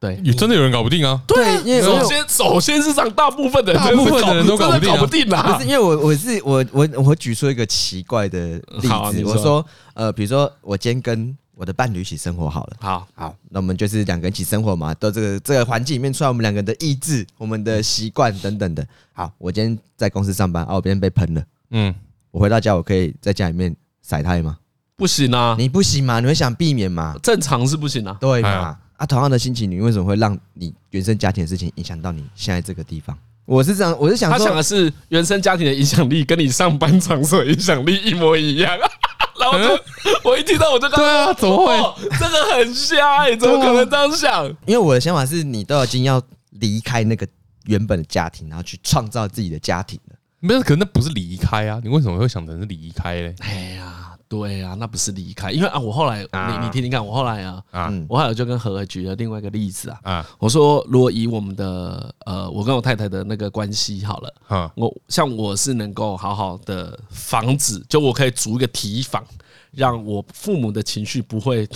S2: 对
S1: 也真的有人搞不定啊，
S3: 对，因为
S2: 首
S3: 我
S2: 先，首先是让大部分的人
S1: 大部分的人都搞不
S2: 真的
S1: 定啊
S2: 搞不定
S3: 不
S2: 啦
S3: 是。因为我我是我我我举出一个奇怪的例
S2: 好你
S3: 子，
S2: 说
S3: 我说呃，比如说我今天跟我的伴侣一起生活好了。
S2: 好，
S3: 好，那我们就是两个人一起生活嘛，到这个这个环境里面出来，我们两个人的意志、我们的习惯等等的。好，我今天在公司上班，啊，我今天被喷了，
S1: 嗯，
S3: 我回到家，我可以在家里面晒太吗？
S2: 不行啊，
S3: 你不行嘛，你会想避免嘛，
S2: 正常是不行啊。
S3: 对
S1: 哎
S3: 嘛
S1: 呀？
S3: 啊，同样的心情，你为什么会让你原生家庭的事情影响到你现在这个地方？我是这样，我是想
S2: 他
S3: 说，
S2: 想的是原生家庭的影响力跟你上班场所影响力一模一样。 然后我就我一听到我嗯就对啊，怎么会？这个很瞎哎，怎么可能这样想？
S3: 因为我的想法是你都已经要离开那个原本的家庭，然后去创造自己的家庭了。
S1: 没有，可能那不是离开啊，你为什么会想成是离开嘞？
S2: 哎呀，对啊，那不是离开，因为啊，我后来你你听听看，我后来啊，
S1: 啊
S3: 嗯
S2: 我后来就跟何举了另外一个例子啊，
S1: 啊，
S2: 我说如果以我们的呃，我跟我太太的那个关系好了。
S1: 哈，
S2: 我像我是能够好好的防止，就我可以组一个提防，让我父母的情绪 不会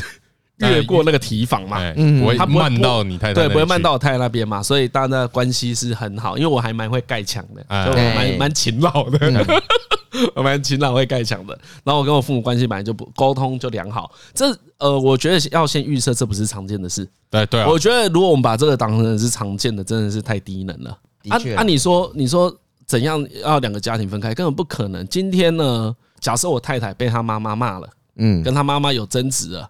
S2: 越过那个提防嘛，
S1: 哎，
S3: 嗯
S1: 不会
S2: 他不会
S1: 慢到你太太那
S2: 对，
S1: 里
S2: 不会慢
S1: 去
S2: 到我太太那边嘛，所以大家的关系是很好，因为我还蛮会盖墙的，
S1: 哎
S2: 就我蛮蛮勤劳的， 我蛮勤劳会盖墙的。然后我跟我父母关系本来就不沟通就良好，这呃，我觉得要先预设这不是常见的事，
S1: 对对啊，
S2: 我觉得如果我们把这个当成是常见的，真的是太低能了。
S3: 的确
S2: 啊，啊你说你说怎样要两个家庭分开，根本不可能。今天呢，假设我太太被她妈妈骂了，
S3: 嗯，
S2: 跟她妈妈有争执了，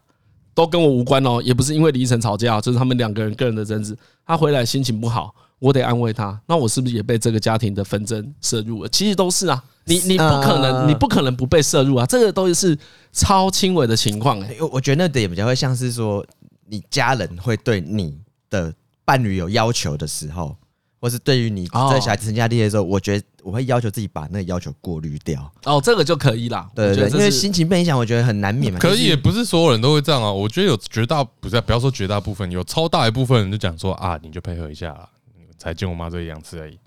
S2: 都跟我无关哦，也不是因为离城吵架哦，就是他们两个人个人的争执。她回来心情不好，我得安慰她，那我是不是也被这个家庭的纷争涉入了？其实都是啊。你你不可能，
S3: 呃
S2: 你不可能不被涉入啊！这个都是超轻微的情况哎、
S3: 我我觉得那点比较会像是说，你家人会对你的伴侣有要求的时候，或是对于你
S2: 哦
S3: 这小孩子成家立业的时候，我觉得我会要求自己把那个要求过滤掉。
S2: 哦，这个就可以啦。
S3: 对
S2: 我觉
S3: 对
S2: 得这
S3: 对，因为
S2: 是
S3: 心情被影响，我觉得很难免嘛。
S1: 可
S3: 就是
S1: 也不是所有人都会这样啊。我觉得有绝大不是不要说绝大部分，有超大一部分人就讲说啊，你就配合一下啦，才见我妈这一两次而已。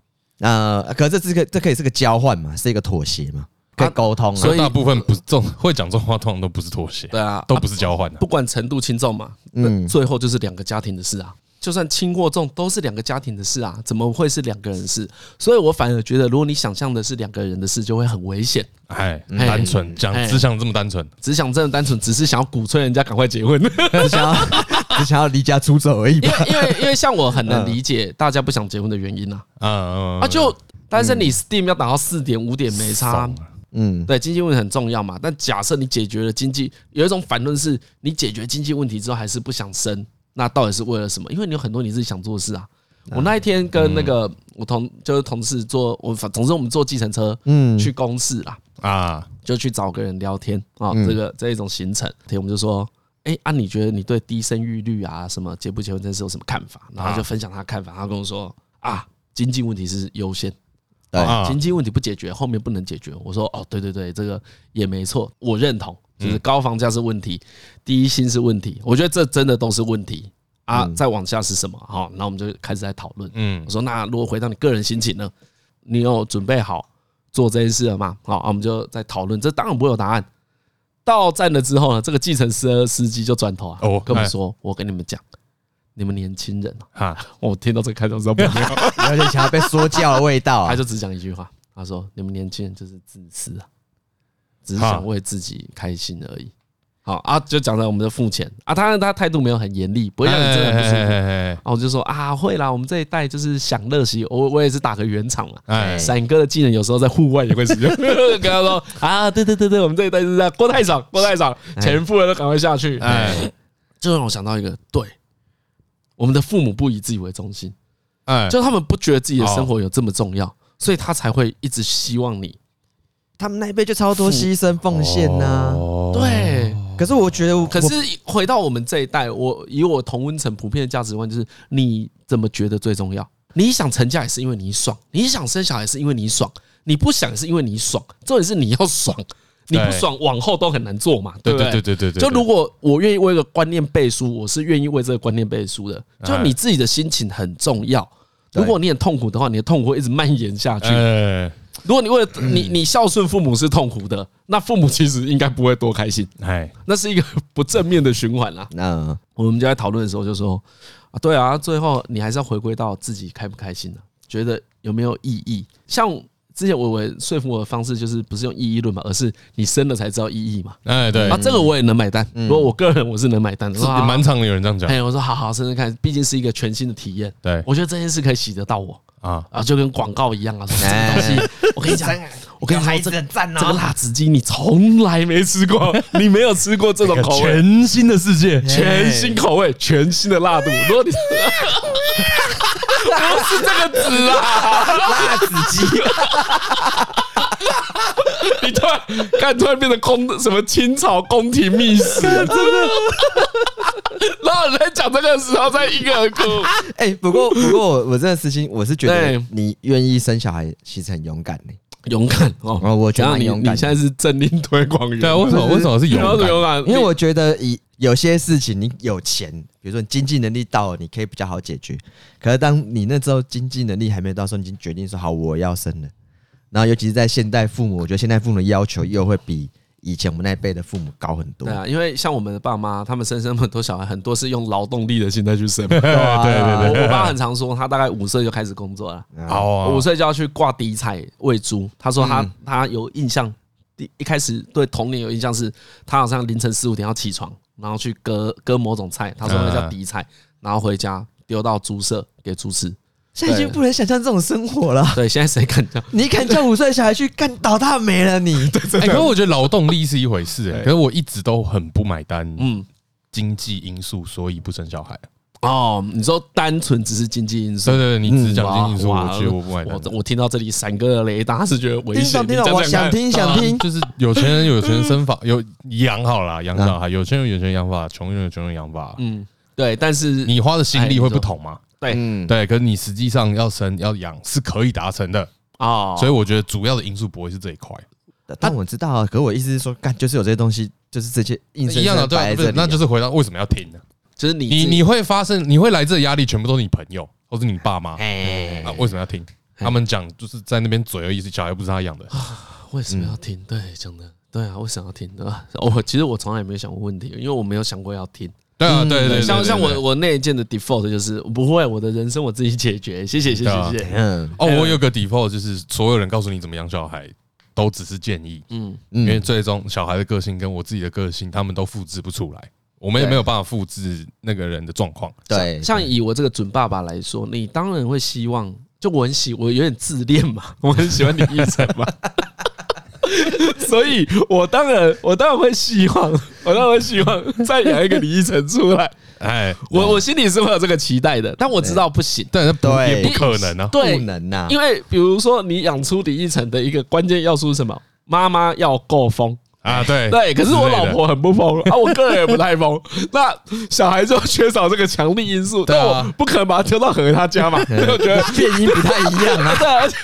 S3: 呃，可是这是个这可以是个交换嘛，是一个妥协嘛，可以沟通啊。
S2: 所以
S1: 大部分不是这种会讲这种话，通常都不是妥协，
S2: 对啊，
S1: 都不是交换的
S2: 不。管程度轻重嘛，
S3: 嗯
S2: 那最后就是两个家庭的事啊。就算轻或重，都是两个家庭的事啊，怎么会是两个人的事？所以我反而觉得，如果你想象的是两个人的事，就会很危险。
S1: 哎，单纯讲
S2: 哎
S1: 只想这么单纯，
S2: 只想真的单纯，只是想要鼓吹人家赶快结婚，
S3: 只想要 只想要离家出走而已
S2: 因
S3: 吧。
S2: 为因为 因为像我很能理解大家不想结婚的原因啊，
S1: 嗯嗯，
S2: 啊就。但是你 Steam 要打到四点五点没差
S1: 爽，
S3: 嗯，
S2: 对，经济问题很重要嘛。但假设你解决了经济，有一种反论是你解决经济问题之后还是不想生，那到底是为了什么？因为你有很多你自己想做的事啊。嗯我那一天跟那个我同就是同事坐，我反总之我们坐计程车，嗯，去公司啦，
S1: 啊，
S2: 就去找个人聊天啊，这个这一种行程，对，我们就说，哎，啊，你觉得你对低生育率啊，什么结不结婚这件事有什么看法？然后他就分享他的看法，他跟我说啊，经济问题是优先，
S3: 对
S1: 啊
S2: 经济问题不解决，后面不能解决。我说哦，对对对，这个也没错，我认同，
S1: 嗯
S2: 就是高房价是问题，低薪是问题，我觉得这真的都是问题啊。再往下是什么？好，那我们就开始在讨论。
S1: 嗯
S2: 我，说那如果回到你个人心情呢？你有准备好做这件事了吗？好，啊我们就在讨论，这当然不会有答案。到站了之后呢，这个计程车司机就转头啊，
S1: 哦
S2: 跟我
S1: 哎
S2: 们说：“我跟你们讲，你们年轻人啊，
S1: 哈，
S2: 我听到这个开 头之后不得了，
S3: 有点想要被说教的味道
S2: 他
S3: 啊。
S2: 就只讲一句话，他说：“你们年轻人就是自私啊，只是想为自己开心而已。”好啊，就讲到我们的付钱啊，当然他态度没有很严厉，
S1: 不
S2: 不会让你真的很
S1: 哎舒
S2: 不舒服。啊，我就说啊，会啦，我们这一代就是享乐型，我我也是打个圆场嘛。
S1: 哎，
S2: 闪哥的技能有时候在户外 也会使用，跟他说啊，对对对对，我们这一代就是这样，郭太爽，郭太爽，前夫了都赶快下去，
S1: 哎
S2: 就让我想到一个，对，我们的父母不以自己为中心，
S1: 哎，
S2: 就他们不觉得自己的生活有这么重要，所以他才会一直希望你。
S3: 他们那一辈就超多牺牲奉献呐。
S1: 哦，
S2: 对，
S3: 可是我觉得我，
S2: 可是回到我们这一代，我以我同温层普遍的价值观，就是你怎么觉得最重要？你想成家也是因为你爽，你想生小孩是因为你爽，你不想也是因为你爽，重点是你要爽，你不
S1: 对
S2: 爽往后都很难做嘛，
S1: 对
S2: 对不
S1: 对对对对对，
S2: 就如果我愿意为一个观念背书，我是愿意为这个观念背书的。就你自己的心情很重要。
S3: 对
S2: 如果你很痛苦的话，你的痛苦会一直蔓延下去。
S1: 哎
S2: 如果你为了你
S1: 嗯
S2: 你孝顺父母是痛苦的，那父母其实应该不会多开心，
S1: 哎，
S2: 那是一个不正面的循环啦。
S3: 嗯，
S2: 我们就在讨论的时候就说啊，对啊，最后你还是要回归到自己开不开心啊，觉得有没有意义？像之前我我说服我的方式就是不是用意义论嘛，而是你生了才知道意义嘛。
S1: 哎对嗯
S2: 啊，，这个我也能买单。如果我个人我是能买单的，
S1: 是
S2: 哇
S1: 蛮常有人这样讲，
S2: 哎，我说好好试试看，毕竟是一个全新的体验。
S1: 对
S2: 我觉得这件事可以洗得到我
S1: 啊，
S2: 啊，就跟广告一样啊，
S3: 哎
S2: 说这个东西，我跟你讲，我跟你说，这个
S3: 赞哦
S2: 这个辣子鸡你从来没吃过， 你没有吃过这种口味，哎
S1: 全新的世界，
S2: 全新口味，全新的辣度。
S3: 哎
S2: 如果你 不是这个字啊，
S3: 辣子鸡，
S2: 你突然看突然变成宫什么清朝宫廷秘 史，真的。然后人在讲这个时候，在婴儿哭。
S3: 哎，不过不过我我真的私心，我是觉得
S2: 对
S3: 你愿意生小孩其实很勇敢欸呢。
S2: 勇敢哦
S3: 哦我觉
S2: 然
S3: 得
S2: 后
S3: 蛮
S2: 你
S3: 勇敢的
S2: 你现在是正令推广员，
S1: 对啊，为什么为什么是
S2: 呃你要
S1: 勇
S2: 是 勇
S1: 敢？
S2: 敢？
S3: 因为我觉得以有些事情，你有钱，比如说你经济能力到了，你可以比较好解决。可是当你那时候经济能力还没有到的时候，你已经决定说好我要生了。然后尤其是在现代父母，我觉得现代父母的要求又会比以前我们那一辈的父母高很多。
S2: 对啊，因为像我们的爸妈，他们生生很多小孩，很多是用劳动力的心态去生嘛。
S3: 对啊
S1: 对对
S2: 我我爸很常说，他大概五岁就开始工作了，
S1: 好啊，
S2: 五岁就要去挂底彩喂猪。他说
S3: 嗯
S2: 他他有印象，第一开始对童年有印象是，他好像凌晨四五点要起床，然后去割割某种菜，他说那
S3: 啊
S2: 叫底彩，然后回家丢到猪舍给猪吃。
S3: 现在已经不能想象这种生活了。
S2: 对，现在谁敢这样？
S3: 你敢叫五岁小孩去干倒他没 了你？
S1: 哎，可是我觉得劳动力是一回事，哎，可是我一直都很不买单
S2: 嗯，
S1: 经济因素，所以不生小孩。啊
S2: 哦，你说单纯只是经济因素
S1: 对？对对，你只讲经济因素，
S2: 哇
S1: 我觉嗯得我不买单。
S2: 我我听到这里，闪哥的雷达是觉得危
S3: 听
S2: 险。
S3: 懂听
S2: 你
S3: 懂，
S2: 讲
S3: 我
S2: 讲
S3: 想
S2: 看
S3: 听想
S1: 啊
S3: 听。嗯
S1: 就是有钱人有钱人生法，有养好啦，养小孩，有钱人有钱人养法，穷人有穷人养法。
S2: 嗯，对，但是
S1: 你花的心力会不同嘛？
S2: 对
S3: 嗯，
S1: 对，可是你实际上要生要养是可以达成的，
S2: 哦，
S1: 所以我觉得主要的因素不会是这一块，
S3: 但我知道啊，可我意思是说，干就是有这些东西，就是这些硬生
S1: 一样的
S3: 生
S1: 对
S3: 摆
S1: 啊，
S3: 在
S1: 不
S3: 这
S1: 是，
S3: 里啊
S1: 那就是回到为什么要停呢？
S2: 就是你
S1: 你
S2: 自己
S1: 你会发生，你会来这的压力全部都是你朋友或是你爸妈，
S3: 哎
S1: 啊，为什么要停？他们讲就是在那边嘴而已，小孩又不是他养的，
S2: 为什
S1: 嗯
S2: 么要听？对，讲的对啊， 为什么要听？对吧？我其实我从来也没有想过问题，因为我没有想过要听。
S1: 对啊，对对对，
S2: 像
S1: 对
S2: 像
S1: 对
S2: 我我那一件的 default 就是我不会，我的人生我自己解决。谢谢谢
S1: 对啊
S2: 谢谢谢。
S3: 嗯
S1: 哦，我有个 default 就是所有人告诉你怎么养小孩，都只是建议，
S2: 嗯，
S1: 因为
S3: 嗯，
S1: 最终小孩的个性跟我自己的个性，他们都复制不出来，我们也
S3: 对
S1: 没有办法复制那个人的状 况。
S3: 对，
S2: 像以我这个准爸爸来说，你当然会希望，就我很喜，我有点自恋嘛，我很喜欢李医生嘛。所以我当然我当然会希望，我当然会希望再养一个李依晨出来。
S1: 哎，
S2: 我我心里是会有这个期待的，但我知道不行。
S1: 但是不
S3: 对
S1: 也不可能啊。
S2: 对，
S3: 不能呐、
S2: 因为比如说你养出李依晨的一个关键要素是什么？妈妈要够疯，
S1: 啊，
S3: 哎
S1: 对
S2: 对。可是我
S1: 之类的
S2: 老婆很不疯啊，我个人也不太疯。 那小孩就缺少这个强力因素，
S1: 对
S2: 但
S1: 啊
S2: 我不可能把他丢到和他家 嘛，因为我觉得
S3: 啊变音不太一样啊。
S2: 对，而且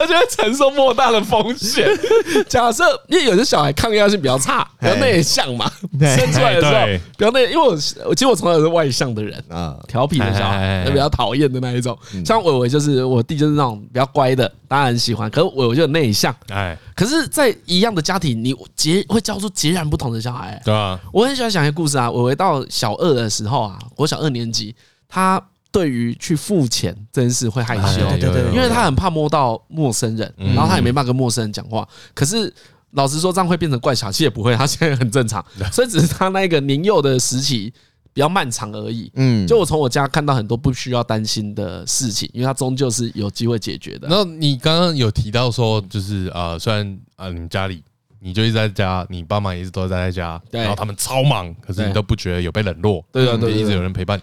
S2: 而且会承受莫大的风险。 假设因为有些小孩抗压性比较差，比较内向嘛，
S3: 对
S2: 生出来的时候
S1: 对
S2: 比较内，因为我我其实我从小是外向的人。
S3: 啊，
S2: 调皮的小
S1: 哎哎哎
S2: 孩
S1: 哎，
S2: 比较讨厌的那一种，
S3: 嗯
S2: 像伟伟就是我弟，就是那种比较乖的，当然很喜欢。可是伟伟就很内向，
S1: 哎，
S2: 可是，在一样的家庭，你截会教出截然不同的小孩、
S1: 对啊，
S2: 我很喜欢讲一个故事啊，我回到小二的时候啊，我小二年级，他对于去付钱这件事会害羞，
S1: 哎
S3: 对对对
S2: 因为他很怕摸到陌生人，
S1: 嗯
S2: 然后他也没办法跟陌生人讲话。可是老实说，这样会变成怪小，其实也不会，他现在很正 常，所以只是他那个年幼的时期比较漫长而已。
S3: 嗯，
S2: 就我从我家看到很多不需要担心的事情，因为他终究是有机会解决的。
S1: 那你刚刚有提到说，就是呃，虽然啊，你们家里你就一直在家，你爸妈也一直都待在家，
S2: 对
S1: 然后他们超忙，可是你
S2: 对
S1: 都不觉得有被冷落，
S2: 对啊对
S1: 就
S2: 对对
S1: 一直有人陪伴。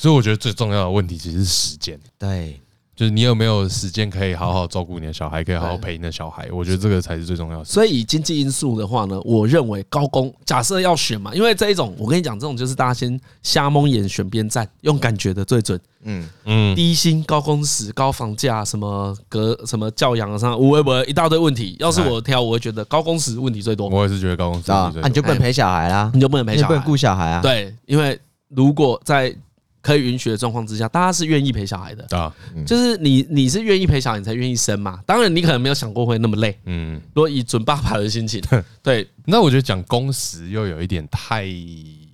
S1: 所以我觉得最重要的问题其实是时间，
S3: 对，
S1: 就是你有没有时间可以好好照顾你的小孩，可以好好陪你的小孩。我觉得这个才是最重要的。
S2: 所以以经济因素的话呢，我认为高工假设要选嘛，因为这一种我跟你讲，这种就是大家先瞎蒙眼选边站，用感觉的最准。
S3: 嗯，
S1: 嗯，
S2: 低薪、高工时、高房价，什么隔什么教养啊上，无微不一大堆问题。要是我挑，我会觉得高工时问题最多，
S1: 我也是觉得高公
S3: 知
S1: 司
S3: 道
S1: 是最重要的
S3: 啊，你就不能陪小孩啦，
S2: 你就不能陪
S1: 嗯
S3: 嗯你也
S2: 小
S3: 不能
S2: 孩。
S3: 顾小孩啊。，
S2: 对，因为如果在可以允许的状况之下，大家是愿意陪小孩的。
S1: 啊，
S3: 嗯
S2: 就是你，你是愿意陪小孩，你才愿意生嘛。当然，你可能没有想过会那么累。
S1: 嗯，
S2: 如果以准爸爸的心 情，对，
S1: 那我觉得讲工时又有一点太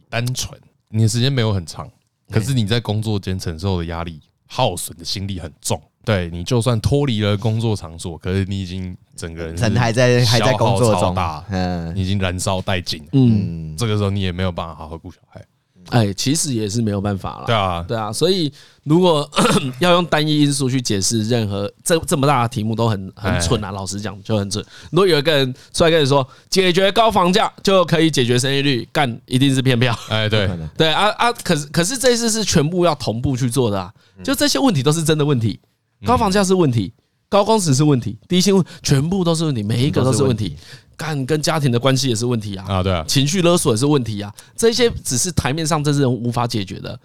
S1: 单纯，你的时间没有很长，
S3: 嗯
S1: 可是你在工作间承受的压力、耗损的心力很重。对你就算脱离了工作场所，可是你已经整个人
S3: 人还在还在工
S1: 嗯
S3: 作
S1: 消耗超
S3: 中
S1: 大，，
S3: 嗯
S1: 你已经燃烧殆尽了。
S2: 嗯，
S3: 嗯，
S1: 这个时候你也没有办法好好顾小孩。
S2: 哎，其实也是没有办法了。
S1: 对啊，
S2: 对啊，所以如果 要用单一因素去解释任何这这么大的题目，都很很蠢啊！老实讲，就很蠢。如果有一个人出来跟你说解决高房价就可以解决生育率，干一定是骗票。
S1: 哎，对
S3: 不可，能
S2: 对啊啊，可是可是这次是全部要同步去做的啊，就这些问题都是真的问题，高房价是问题，高工时是问题，低薪问全部都是问题，每一嗯个都是问题，干跟家庭的关系也是问题啊。
S1: 啊，对啊，
S2: 情绪勒索也是问题啊，这些只是台面上真正人无法解决的，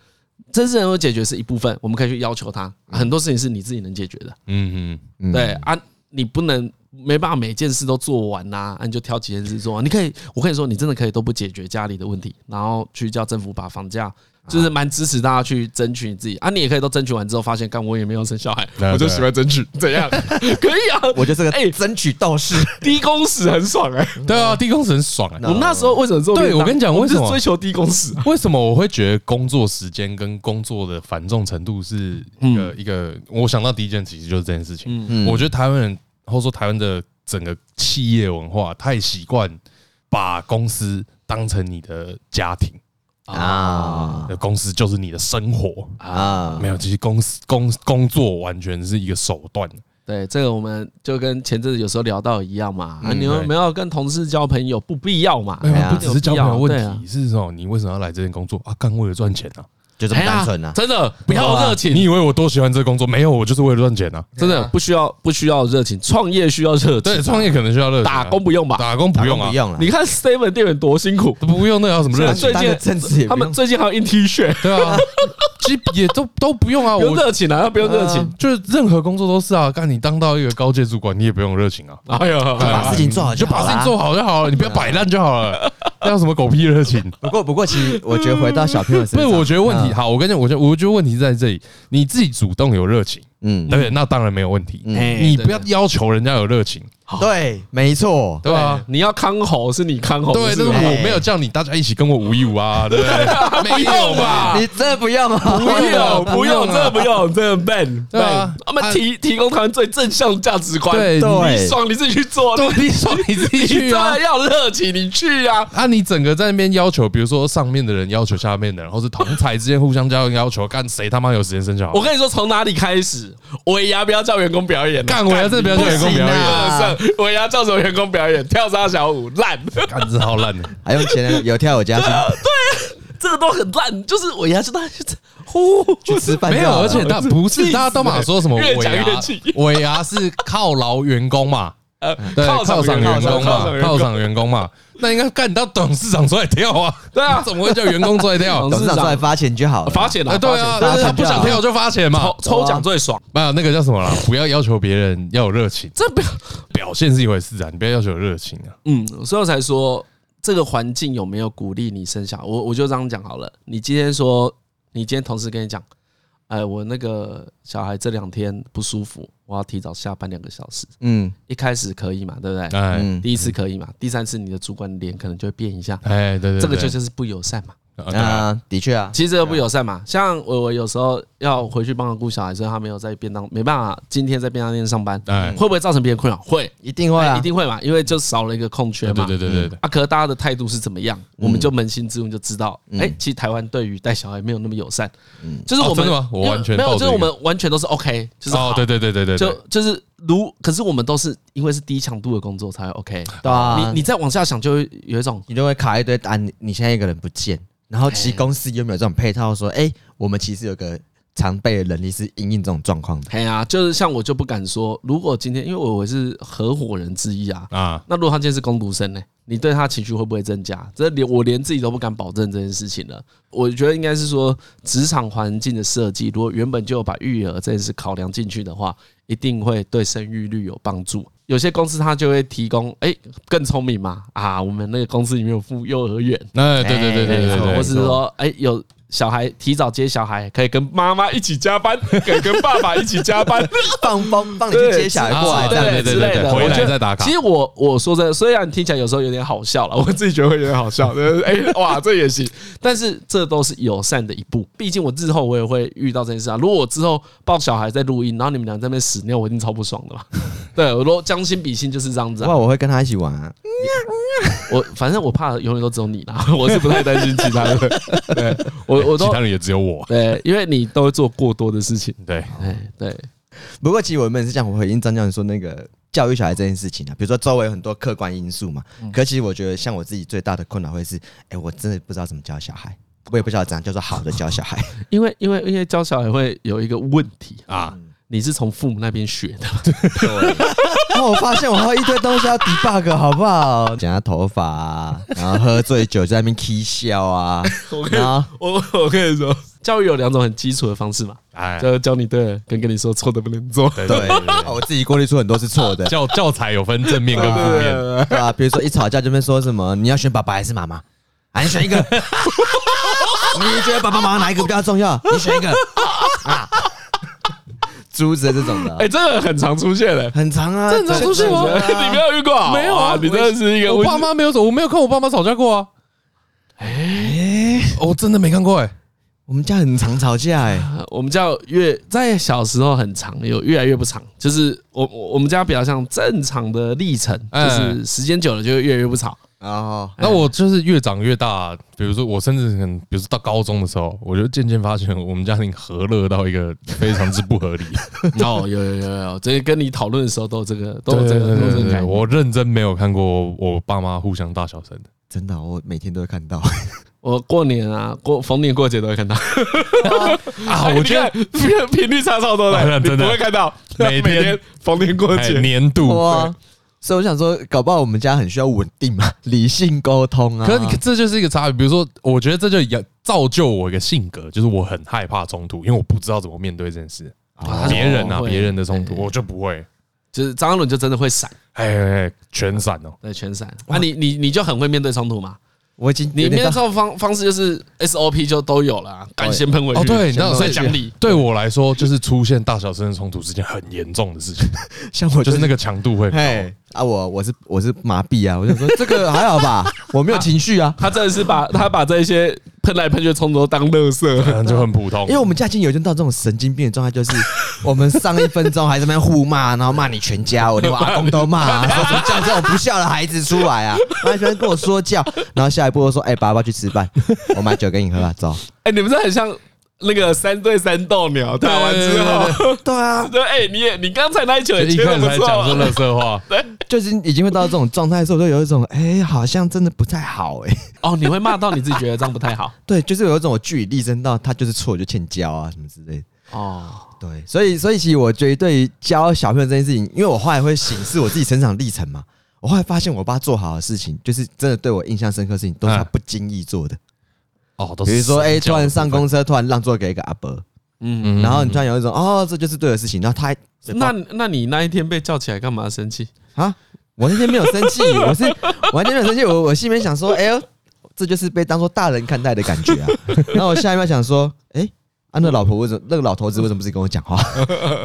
S2: 真正人物解决是一部分，我们可以去要求他，很多事情是你自己能解决的，
S1: 嗯嗯，
S3: 嗯
S2: 对啊，你不能没办法每件事都做完呐、啊，你就挑几件事做完，你可以，我跟你说，你真的可以都不解决家里的问题，然后去叫政府把房价。
S1: 啊
S2: 就是蛮支持大家去争取你自己啊，你也可以都争取完之后发现，干我也没有生小孩，
S1: 对啊
S5: 我就喜欢争取，怎 样？
S2: 可以啊，
S3: 我就是
S2: 哎
S3: 个争取斗士，
S2: 低工时很 爽哎、
S1: 对啊，低工时很爽哎。
S2: 我们那时候为什么做便当？
S1: 对我跟你讲
S2: 我们就是
S1: 为什么
S2: 追求低工时啊
S1: 为什么我会觉得工作时间跟工作的繁重程度是一个、一个？我想到第一件其实就是这件事情。
S2: 嗯
S1: 我觉得台湾人，或者说台湾的整个企业文化太习惯把公司当成你的家庭，
S3: 啊
S1: 呃公司就是你的生活。
S3: 啊
S1: 没，有，其实公司工工作完全是一个手
S3: 啊
S1: 段。
S2: 对，这个我们就跟前阵子有时候聊到一样嘛，啊，
S3: 嗯
S2: 你有
S1: 对
S2: 没有跟同事交朋友不必要嘛？
S1: 没
S3: 哎呀
S1: 有，不只是交朋友
S2: 对啊
S1: 问题，是哦，你为什么要来这边工作啊？干为了赚钱啊？
S3: 就这
S2: 哎
S3: 么
S2: 呀
S3: 单纯啊。
S2: 真的不要热情，
S1: 你以为我多喜欢这个工作？没有，我就是为了赚钱啊。
S2: 真的不需要不需要热情，创业需要热情，
S1: 对，创业可能需要热情啊
S2: 打工不用吧？
S1: 打工不用啊
S3: 不，用了，
S2: 你看 Seven 店员多辛苦，
S1: 不用那个要什么热情？
S2: 最
S3: 当个
S2: 近
S3: 政治也不
S2: 他们
S3: 用
S2: 最近还有印 T 恤，
S1: 对 啊，其实也都都不用啊，
S2: 不用
S1: 我
S2: 热情啊，不用热情，
S1: 就是任何工作都是啊。干你当到一个高阶主管，你也不用热情 啊，
S2: 哎 呦，
S1: 对啊
S3: 把事情做好
S1: 你就把
S3: 好
S1: 事
S3: 啦
S1: 情做好就好啊了，你不要摆烂就好了。那有什么狗屁热情？
S3: 不过不过，其实我觉得回到小朋友身
S1: 不
S3: 上，
S1: 是，啊我觉得问题
S3: 嗯
S1: 好，我跟你讲，我觉得我觉得问题在这里，你自己主动有热情，
S3: 嗯
S1: 对，不对？那当然没有问题。
S3: 嗯
S1: 你不要要求人家有热情，
S3: 对，没错，
S1: 对吧？
S2: 你要看吼是你看吼，
S1: 对，但是
S3: 哎
S1: 哎我没有叫你大家一起跟我五一五啊，对不对？ 啊没有吧？
S3: 你真的不啊要吗？
S2: 不用不
S1: 不用啊
S2: 用，真的不用，真的 ban
S1: 对啊
S2: ban，他们提提供他们最正向的价值观，
S1: 对
S3: 对
S2: 你爽你自己去 做，
S1: 对，你说你自己
S2: 你
S1: 去
S2: 真
S1: 啊
S2: 的。要热情，你去啊！
S1: 啊，你整个在那边要求，比如说上面的人要求下面的人，或是同才之间互相交流要求，干谁他妈有时间生小孩？
S2: 我跟你说，从哪里开始？尾牙不要叫员工表演了，啊
S1: 干我要这边就员工表
S3: 不行
S1: 演，
S3: 啊
S2: 干我要叫什么员工表演跳沙小舞烂，
S1: 干这好烂的，
S3: 还用钱来有跳有加薪，
S2: 这个都很烂，就是尾牙就大家就呼，
S3: 去吃饭
S1: 没
S3: 就
S1: 有，
S3: 好了
S1: 而且大不是大家都嘛说什么
S2: 越
S1: 尾
S2: 讲
S1: 牙
S2: 越气，
S1: 尾牙是犒劳员工嘛，
S2: 呃，
S1: 对，犒赏员工嘛，犒
S2: 犒赏
S1: 赏员工嘛，那应该干你到董事长出来跳啊，
S2: 对啊
S1: 怎么会叫员工出来跳
S2: 董
S3: 董
S2: 事
S3: 事
S2: 长
S3: 长出来发钱就好了，
S2: 罚钱
S1: 啊？
S2: 了，
S1: 对
S2: 罚
S1: 啊，
S2: 钱
S1: 但是他
S3: 罚钱
S1: 不
S3: 就好
S1: 想跳就罚钱嘛
S2: 抽，抽奖最爽，
S1: 没有那个叫什么啦，不要要求别人要有热情，
S2: 这不要，
S1: 表现是一回事啊，你不要要求有热情啊。
S2: 嗯，所以我才说这个环境有没有鼓励你生小孩，我我就这样讲好了。你今天说，你今天同事跟你讲，哎，我那个小孩这两天不舒服，我要提早下班两个小时，
S3: 嗯
S2: 一开始可以嘛，对不对？
S1: 哎
S3: 嗯
S2: 第一次可以嘛，第三次你的主管脸可能就会变一下，
S1: 哎，对对，
S2: 这个
S1: 对
S2: 就就是不友善嘛。
S1: 啊对啊
S3: 啊，的确啊，
S2: 其实这个不友善嘛，像我我有时候要回去帮忙顾小孩，所以他没有在便当，没办法，今天在便当店上班，
S1: 哎，
S2: 会不会造成别人困扰？会，
S3: 一定会
S2: 哎
S3: 啊，
S2: 一定会嘛，因为就少了一个空缺
S1: 对
S2: 嘛。
S1: 对对对对，
S2: 啊，可是大家的态度是怎么样，我们就扪心自问就知道，哎，其实台湾对于带小孩没有那么友善，就是我
S1: 哦真
S2: 们
S1: 的吗我
S2: 因为
S1: 完全
S2: 没
S1: 抱
S2: 有，
S1: 着
S2: 就是我
S1: 一个
S2: 们完全都是 OK，就是
S1: 哦
S2: 好，
S1: 对对对对对，
S2: 就
S1: 对
S2: 就是如，可是我们都是因为是低强度的工作才会 OK，
S3: 对啊，
S2: 你你
S3: 你
S2: 再往下想就会有一种
S3: 你就会卡一堆单，你你现在一个人不见，然后其实公司有没有这种配套说，哎，我们其实有个常备的能力是应应这种 状况的，
S2: 哎呀，就是像我就不敢说，如果今天因为我我是合伙人之一啊，
S1: 啊，
S2: 那如果他今天是工读生呢、你对他情绪会不会增加？这连我连自己都不敢保证这件事情了。我觉得应该是说，职场环境的设计，如果原本就有把育儿这件事考量进去的话，一定会对生育率有帮助。有些公司它就会提供，哎、更聪明嘛啊，我们那个公司里面有附幼儿园，
S1: 那对对对对对
S3: 哎
S1: 对，
S2: 或
S3: 我
S2: 是说，哎、有小孩提早接小孩，可以跟妈妈一起加班，可以跟爸爸一起加班，
S3: 放风帮你去接小孩过来
S1: 啊对
S3: 这样
S1: 对
S3: 子
S1: 对
S2: 之类
S1: 对对，
S2: 的
S1: 回
S2: 我觉
S1: 来
S2: 得
S1: 再打卡
S2: 其。实我我说真的，虽然听起来有时候有点好笑了，我自己觉得会有点好笑，就是 哎、哇这也行，但是这都是友善的一步。毕竟我日后我也会遇到这件事啊。如果我之后抱小孩在录音，然后你们俩在那边屎尿，我一定超不爽 的嘛。对，我说将心比心就是这样子、
S3: 哇，
S2: 啊。
S1: 哦
S3: 我会跟他一起玩啊，
S2: 我反正我怕的永远都只有你啦，我是不太担心其他的。对我 我
S1: 其
S2: 都
S1: 他人也只有 我，
S2: 对，因为你都会做过多的事情。
S1: 对，
S2: 哎，对，
S3: 不过其实我们是想回应张教授说那个教育小孩这件事情啊，比如说周围有很多客观因素嘛。可其实我觉得像我自己最大的困扰会是，哎、我真的不知道怎么教小孩，我也不知道怎样叫做好的教 小孩。
S2: 因为因为因为教小孩会有一个问题
S1: 啊
S2: 啊，你是从父母那边学的。
S3: 然后我发现我会一堆东西要 debug 好不好？剪他头发、啊，然后喝醉酒在那边 k 笑 啊，然后
S2: 我我跟你说，教育有两种很基础的方式嘛，
S1: 哎，
S2: 就是教你对的，跟跟你说错的不能做。
S1: 对
S3: 对， 哦我自己过滤出很多是错的。
S1: 教教材有分正面跟负面，
S3: 对啊，比如说一吵架就边说什么你要选爸爸还是妈妈，啊，你选 一个。你觉得爸爸妈妈哪一个比较重要？你选 一个啊，珠子这种的、
S2: 哎，这个很常出现的，
S3: 很长啊，
S1: 这很常出现吗
S3: 这这
S2: 你没有遇过啊？
S1: 没有啊
S2: 哇你真的是一个
S1: 我爸妈没有走，我没有跟我爸妈吵架过啊。哎，我真的没看过哎，
S3: 我们家很常吵架 哎、
S2: 呃我们叫越在小时候很长，有越来越不长，就是我我我们家比较像正常的历程，就
S1: 哎
S2: 是时间久了就会越来越不吵。
S3: 哦，
S1: 那我就是越长越大，比如说我甚至可能，比如说到高中的时候，我就渐渐发现我们家庭和乐到一个非常之不合理。
S2: 哦，有有有有，这个跟你讨论的时候都有这个，都
S1: 对
S2: 有
S1: 对
S2: 这个，都有
S1: 对
S2: 这
S1: 对
S2: 个
S1: 对，
S2: 感觉。
S1: 我认真没有看过我爸妈互相大小声的。
S3: 真的，我每天都会看 到。
S2: 我过年啊，过逢年过节都会看到
S1: 啊我觉得
S2: 得频率差超多
S1: 当然
S2: 的，你
S1: 真的
S2: 不会看到
S1: 每天
S2: 逢年过
S1: 哎
S2: 节，
S1: 年度，
S3: 哇，所以我想说，搞不好我们家很需要稳定嘛， 理性沟通啊。
S1: 可是你这就是一个差别。比如说，我觉得这就也造就我一个性格，就是我很害怕冲突，因为我不知道怎么面对这件事。
S3: 哦
S2: 啊
S1: 别人啊，
S2: 会
S1: 别人的冲突我就不会，
S2: 就是张嘉伦就真的会闪，
S1: 哎哎，哎全闪哦。
S2: 对，全闪。啊，你你你就很会面对冲突嘛？
S3: 我已经
S2: 你
S3: 有
S2: 面
S3: 点
S2: 对
S3: 到
S2: 冲突方方式就是 SOP 就都有了、啊，敢先喷回去。
S1: 哦，对，你知道，
S2: 所
S1: 所
S2: 以
S1: 以
S2: 讲理。
S1: 对我来说，就是出现大小声的冲突是件很严重的事情，
S3: 像我
S1: 就是那
S3: 个。
S1: 个强度 会很
S3: 嘿啊，我我是我是麻痹啊，我想说这个还好吧，我没有情绪啊，
S2: 他真的是把他把这些喷来喷去的冲突都当乐色。
S1: 高，就很普通
S3: 因为。我们家已经有一种到这种神经病的状态，就是 我们上一分钟还在那边互骂，然后骂你全家，我连我阿公都骂、啊，说什么叫这种不孝的孩子出来啊， 他还喜欢跟我说教，然后下一步我说，哎、爸爸去吃饭，我买酒给你喝啊，走，
S2: 哎、你们这很像那个三对三斗鸟打完之 后，
S3: 对啊，
S2: 对，哎，你也你刚才那一球
S1: 就
S2: 也
S1: 一
S2: 切
S1: 开
S2: 的
S1: 始
S2: 不
S1: 才讲
S2: 错啊
S1: 说
S2: 嘛，
S1: 乐色话，
S3: 就是已经会到这种状态的时候，我就有一种哎、好像真的不太好哎、
S2: 哦，你会骂到你自己觉得这样不太好
S3: 对，就是有一种我据理力争到他就是错，我就欠教啊什么之类的。
S2: 哦，
S3: 对，所以所以其实我觉得对于教小朋友这件事情，因为我后来会审视我自己成长历程嘛， 我后来发现我爸做好的事情，就是真的对我印象深刻的事情，都是他
S1: 嗯
S3: 不经意做的。
S1: 哦，都是
S3: 比如说，哎、
S1: 神教
S3: 突然上
S1: 的部分
S3: 公，车，突然让座给一个阿伯，
S2: 嗯，
S1: 嗯
S3: 然后你突然有一种哦，这就是对的事情，然后他还
S2: 那那你那一天被叫起来干嘛生气？
S3: 啊，我那天没有生气，我是我那天没有生气，我我心里面想说，哎呦，这就是被当做大人看待的感觉啊。然后我下一秒想说，哎、啊，那老婆为什么那个老头子为什么不是跟我讲话？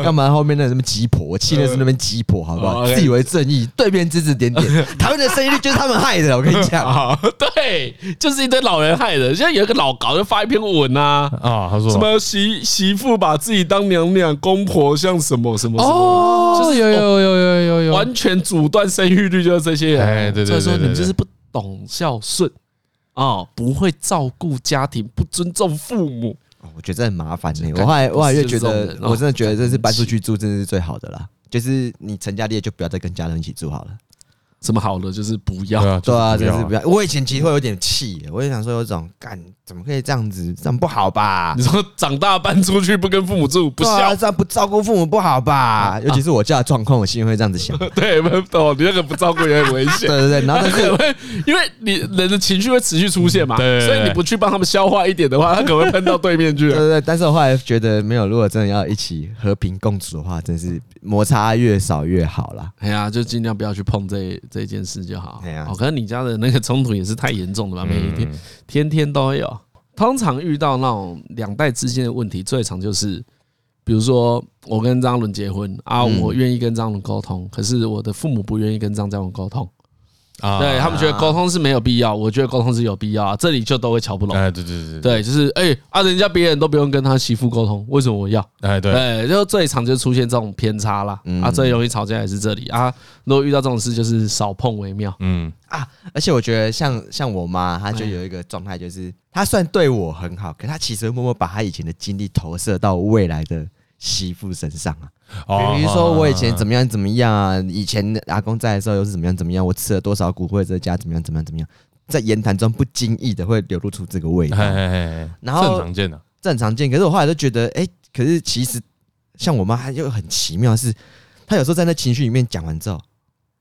S3: 干嘛后面那什么鸡婆？我气的是那边鸡婆，好不
S2: 哦
S3: 好？
S2: ，OK
S3: 自以为正义，对别人指指点点，他们的生育率就是他们害的，我跟你讲。
S2: 啊， 对，就是一堆老人害的。现在有一个老搞就发一篇文啊，
S1: 啊，他说
S2: 什么媳媳妇把自己当娘娘，公婆像什么什么什么，
S1: 哦，
S2: 就是
S1: 有有有有有有，
S2: 完全阻断生育率就是这些人。
S1: 哎对对
S2: 所以说
S1: 对对
S2: 你们
S1: 对
S2: 就是不懂孝顺哦，不会照顾家庭，不尊重父母。
S3: 哦我觉得这很麻烦呢、我后来我后来就觉
S2: 不是
S3: 得
S2: 这，种人哦
S3: 我真的觉得这是搬出去住，真的是最好的啦。就是你成家立业，就不要再跟家人一起住好了。
S2: 什么好的就是不要
S1: 对啊，
S3: 对啊，
S1: 就
S3: 真
S1: 是
S3: 的是
S1: 不
S3: 不
S1: 要
S3: 要。我以前其实会有点气的，我也想说有种干，怎么可以这样子？这样不好吧
S2: 你？说长大搬出去不跟父母住，不
S3: 对啊，
S2: 孝，
S3: 这样不照顾父母不好吧？尤其是我家的状况，我心里会这样子想。
S2: 对，
S3: 对
S2: 不懂，你那个不照顾也很危 险。
S3: 对对，啊然后但是
S2: 会，因为你人的情绪会持续出现嘛，
S1: 对对对
S2: 所以你不去帮他们消化一点的话，他可能会喷到 对面去
S3: 对。对对，但是我后来觉得没有，如果真的要一起和平共处的话，真是摩擦越少越好啦。
S2: 哎呀，就尽量不要去碰这这件事就好。
S3: 哎呀
S2: 哦，可能你家的那个冲突也是太严重了吧？每一天、天天都会有。通常遇到那种两代之间的问题，最常就是，比如说我跟张伦结婚啊，
S3: 嗯
S2: 我愿意跟张伦沟通，可是我的父母不愿意跟张家伦沟通，
S1: 啊，
S2: 对他们觉得沟通是没有必要，我觉得沟通是有必要啊，这里就都会瞧不拢。
S1: 哎，对对对，
S2: 对，就是哎、啊，人家别人都不用跟他媳妇沟通，为什么我要？
S1: 哎对，嗯
S2: 对，就最常就出现这种偏差啦。啊，最容易吵架也是这里啊。如果遇到这种事，就是少碰为妙。
S1: 嗯，
S3: 啊，而且我觉得像像我妈，她就有一个状态，就是她虽然对我很好，可她其实会默默把她以前的经历投射到未来的媳妇身上啊。
S2: 哦
S1: 哦
S3: 比如说我以前怎
S1: 么
S3: 么样怎么样啊，以前阿公在的时候又是怎么样怎么样，我吃了多少骨灰之家怎么样怎么样怎么样，在言谈中不经意的会流露出这个味道，然后
S1: 正常见的，
S3: 正常见。可是我后来都觉得，哎，可是其实像我妈，她又很奇妙的是，她有时候在那情绪里面讲完之后，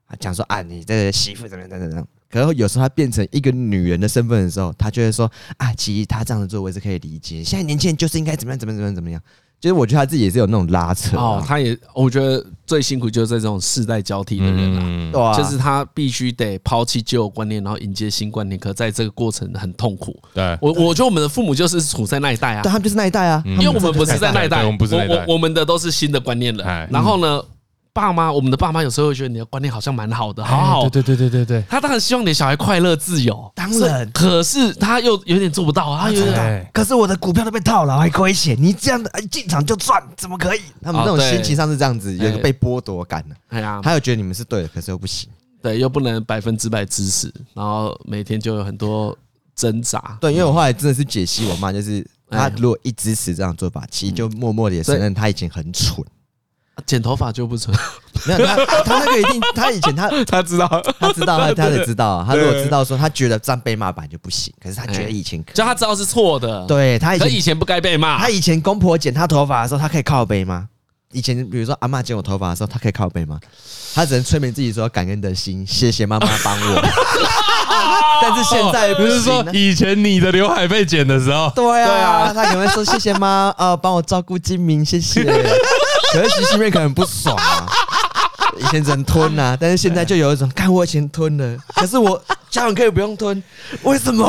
S3: 啊，讲说啊，你这个媳妇怎么样怎么样怎么样。可是有时候她变成一个女人的身份的时候，她就会说啊，其实她这样子做我也是可以理解，现在年轻人就是应该怎么样怎么样怎么样怎么样。就是我觉得她自己也是有那种拉扯
S2: 哦，
S3: 啊，
S2: 他也，我觉得最辛苦就是在这种世代交替的人啦。
S1: 嗯
S3: 对啊
S2: 就是他必须得抛弃旧有观念，然后迎接新观念，可在这个过程很痛苦。
S1: 对，
S2: 我我觉得我们的父母就是处在那一代啊
S3: 对，，他们就是那一代啊，
S1: 嗯
S2: 因为我们不是在那一代，
S1: 对我们不是那一代
S2: 我我我们的都是新的观念了
S1: 哎。
S2: 然后呢，爸妈，我们的爸妈有时候会觉得你的观念好像蛮好的，好好
S1: 哎对对对对对
S2: 他当然希望你的小孩快乐自由，
S3: 当
S2: 所以
S3: 然
S2: 可是他又有点做不到，啊他有
S1: 对，
S2: 点。
S1: 哎
S3: 可是我的股票都被套牢，还亏钱。你这样的，哎，进场就赚，怎么可以？他们那
S2: 哦
S3: 种
S2: 对
S3: 心情上是这样子，有一个被剥夺感的。
S2: 哎呀，
S3: 他又觉得你们是对的，可是又不行。
S2: 对，又不能百分之百支持，然后每天就有很多挣扎。
S3: 对，因为我后来真的是解析我妈，就是她
S2: 哎
S3: 如果一支持这样做法，其实就默默的也承认她以前很蠢。
S2: 剪头发就不成，
S3: 没有，她她那个一定，她以前她
S2: 他知道，
S3: 她知道，她她得知道啊，她如果知道说她觉得这样被骂版就不行，可是她觉得以前可
S2: 就他知道是错的，，
S3: 对她以
S2: 可
S3: 前
S2: 以前不该被骂
S3: 他。以前公婆剪他头发的时候，他可以靠背吗？以前比如说阿嬷剪我头发的时候，他可以靠背吗？他只能催眠自己说感恩的心，谢谢妈妈帮我。但是现在
S1: 不
S3: 不
S1: 是
S3: 行
S1: 说
S3: 啊
S1: 以前哦你的刘海被剪的时候，
S3: 对
S2: 对
S3: 啊
S2: 啊，
S3: 他可能会说谢谢妈，呃，帮我照顾金明，谢谢。可是其实心里面可能不爽啊，以前只能吞啊，但是现在就有一种，看我以前吞了，可是我家人可以不用吞，为什么？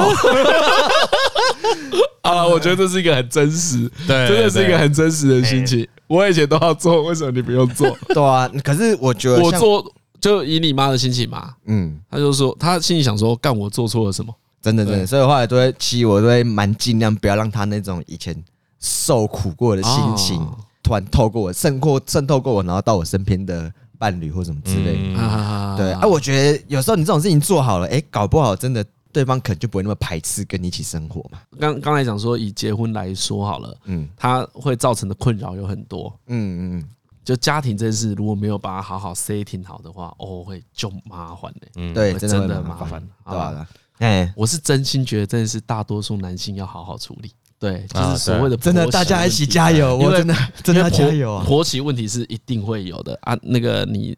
S2: 啊，我觉得这是一个很真实，
S1: 对
S2: 真的是一个
S1: 对
S2: 很真实的心情。我以前都要做，为什么你不用做？
S3: 对啊，可是我觉得
S2: 我
S3: 像，
S2: 做就以你妈的心情嘛，
S3: 嗯，
S2: 他就说他心里想说，干我做错了什么？
S3: 真的真的，
S2: 对
S3: 所以我后来都会，其实我都会蛮尽量不要让他那种以前受苦过的心情，
S2: 哦
S3: 突然透过我渗过渗透过我，然后到我身边的伴侣或什么之类的。
S1: 嗯
S2: 啊，
S3: 对啊，我觉得有时候你这种事情做好了，哎、搞不好真的对方可能就不会那么排斥跟你一起生活嘛。
S2: 刚刚才讲说，以结婚来说好了，
S3: 嗯
S2: 它会造成的困扰有很多。
S3: 嗯嗯
S2: 就家庭这件事，如果没有把它好好 setting 好的话，哦，会就麻烦嘞、
S3: 嗯，对，
S2: 会
S3: 真的会
S2: 哎真的
S3: 麻
S2: 麻
S3: 烦
S2: 烦，
S3: 对
S2: 好吧
S3: 吧？哎，
S2: 我是真心觉得这件事，大多数男性要好好处理。对，就
S1: 啊
S2: 是
S1: 对
S2: 所谓的
S3: 真的
S2: 婆媳
S3: 大家一
S2: 问
S3: 起
S2: 题
S3: 加油，
S2: 因
S3: 我
S2: 为
S3: 真的真的要加油啊！
S2: 婆媳问题是一定会有的啊，那个你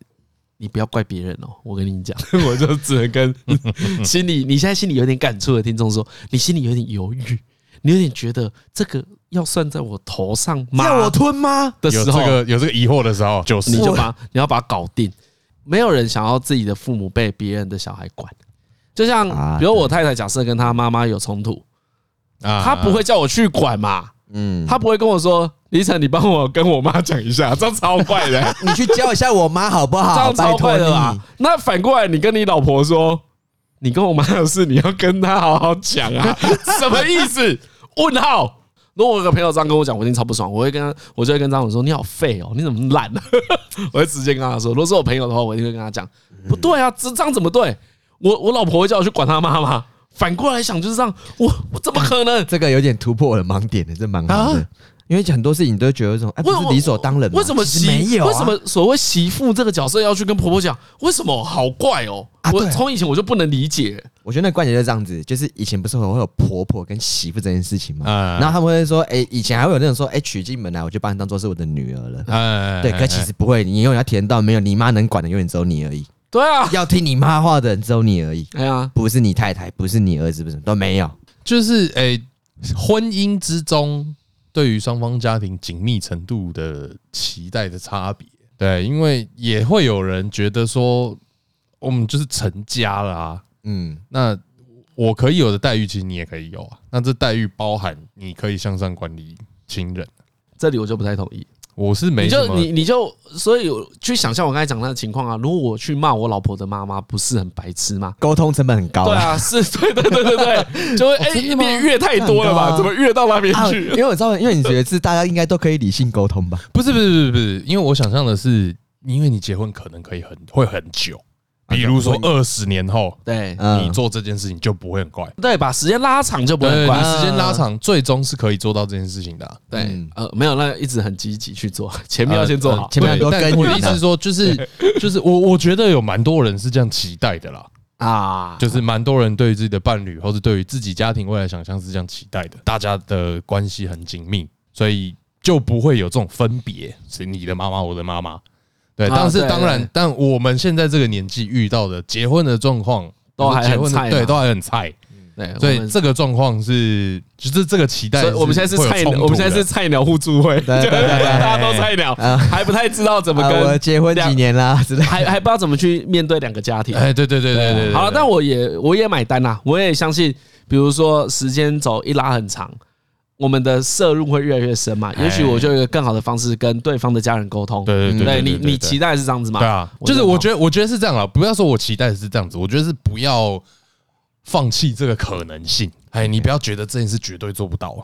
S2: 你不要怪别人哦，我跟你讲，
S1: 嗯
S2: 我就只能跟心里你现在心里有点感触的听众说，你心里有点犹豫，你有点觉得这个要算在我头上吗？
S3: 要我吞吗？
S1: 有
S2: 的时
S1: 这
S2: 候，
S1: 个有这个疑惑的时候，就是
S2: 你就
S1: 我
S2: 把你要把它搞定。没有人想要自己的父母被别人的小孩管，就像
S3: 啊
S2: 比如我太太假设跟她妈妈有冲突，
S1: 啊
S2: 她不会叫我去管嘛，
S3: 嗯，
S2: 她不会跟我说，李晨，你帮我跟我妈讲一下，这样超怪的。
S3: 你去教一下我妈好不
S2: 这
S3: 好？
S2: 样
S3: 拜
S2: 超
S3: 托
S2: 快
S3: 你
S2: 的啦。那反过来，你跟你老婆说，你跟我妈的事，你要跟她好好讲 啊，什么意思？问号。如果我有个朋友这样跟我讲，我一定超不爽，我会跟他，我就会跟张总说：“你好废哦，你怎么懒、啊？” 我会直接跟他说：“如果是我朋友的话，我一定会跟他讲，不对啊，这这样怎么对？我我老婆会叫我去管他妈妈。反过来想就是这样，我我怎么可能？
S3: 这个有点突破我的盲点的，这蛮好的。因为很多事情都觉得一种，哎，不
S2: 啊为
S3: 是理所当然吗？
S2: 为什么
S3: 其实
S2: 媳
S3: 没有啊？
S2: 为什么所谓媳妇这个角色要去跟婆婆讲？为什么好怪哦、
S3: 啊
S2: 我
S3: 对
S2: 从以前我就不能理解。
S3: 我觉得那关键就是这样子，就是以前不是会有婆婆跟媳妇这件事情嘛，
S1: 嗯
S2: 啊
S3: 然后他们会说，哎、以前还会有那种说，哎、娶进门来，我就把你当做是我的女儿
S2: 啊
S3: 了。
S1: 哎
S3: 对，可其实不会，你永远要体验到没有你妈能管的，永远只有你 而已。
S2: 对啊，
S3: 要听你妈话的人只有你而已，
S2: 哎呀，
S3: 不是你太太，不是你儿子，不是都没有。
S1: 就是诶、婚姻之中对于双方家庭紧密程度的期待的差别，对，因为也会有人觉得说，我们就是成家了啊，
S3: 嗯，
S1: 那我可以有的待遇，其实你也可以有啊。那这待遇包含你可以向上管理亲人，
S2: 这里我就不太同意。
S1: 我是
S2: 你
S1: 没什
S2: 就
S1: 么
S2: 你你就所以我去想象我刚才讲那个情况啊，如果我去骂我老婆的妈妈，不是很白痴吗？
S3: 沟通成本很高、
S2: 对。啊，是对对对对对， 就会哎，
S3: 真的
S2: 你
S3: 吗
S2: 越太多了
S3: 那很高
S2: 吧？
S3: 啊
S2: 怎么越到那边
S3: 啊，
S2: 去
S3: 因？为我知道，因为你觉得是大家应该都可以理性沟通吧？
S1: 不是不是不是不是，因为我想象的是，因为你结婚可能可以很会很久，比如说二十年后，
S2: 对
S3: 嗯，
S1: 你做这件事情就不会很怪。
S2: 对，把时间拉长就不
S1: 对，
S2: 会
S1: 你
S2: 管。
S1: 时间拉长，最终是可以做到这件事情的啊、
S2: 对
S3: 嗯，
S2: 呃，没有，那一直很积极去做，前面要先做
S1: 呃
S2: 好。
S3: 前面很
S1: 对
S3: 多
S1: 但
S3: 耕耘
S1: 我的
S3: 的
S1: 意思是说， 就是就是我我觉得有蛮多人是这样期待的啦，
S2: 啊，
S1: 就是蛮多人对于自己的伴侣或是对于自己家庭未来想象是这样期待的，大家的关系很紧密，所以就不会有这种分别，是你的妈妈，我的妈妈。对，
S2: 啊
S1: 但是
S2: 对
S1: 当然
S2: 对，
S1: 但我们现在这个年纪遇到的结婚的状况，
S2: 都还很
S1: 结婚的
S2: 菜啊
S1: 对，都还很菜，
S2: 对，
S1: 所
S2: 我
S1: 以
S2: 们
S1: 这个状况是，哎就是这个期待
S2: 所
S1: 会
S2: 以
S1: 有冲突的，
S2: 我们现在是菜鸟，我们现在是菜鸟互助会，
S3: 对对对对
S2: 大家都菜鸟，
S1: 嗯
S2: 还不太知道怎么
S3: 啊，我
S2: 跟
S3: 结婚几年 啦之类的。
S2: 还还不知道怎么去面对两个家庭。
S1: 哎，对对对对对对，
S2: 好了，
S1: 对
S2: 但我也我也买单啦，我也相信，比如说时间轴一拉很长，我们的摄入会越来越深嘛。
S1: 哎
S2: 也许我就有一个更好的方式跟对方的家人沟通。
S1: 对对对对对
S2: 嗯你
S1: 对对
S2: 你期待是这样子嘛？
S1: 对啊，就是我觉得，我觉得是这样了。不要说我期待的是这样子，我觉得是不要放弃这个可能性。哎，你不要觉得这件事绝对做不到啊。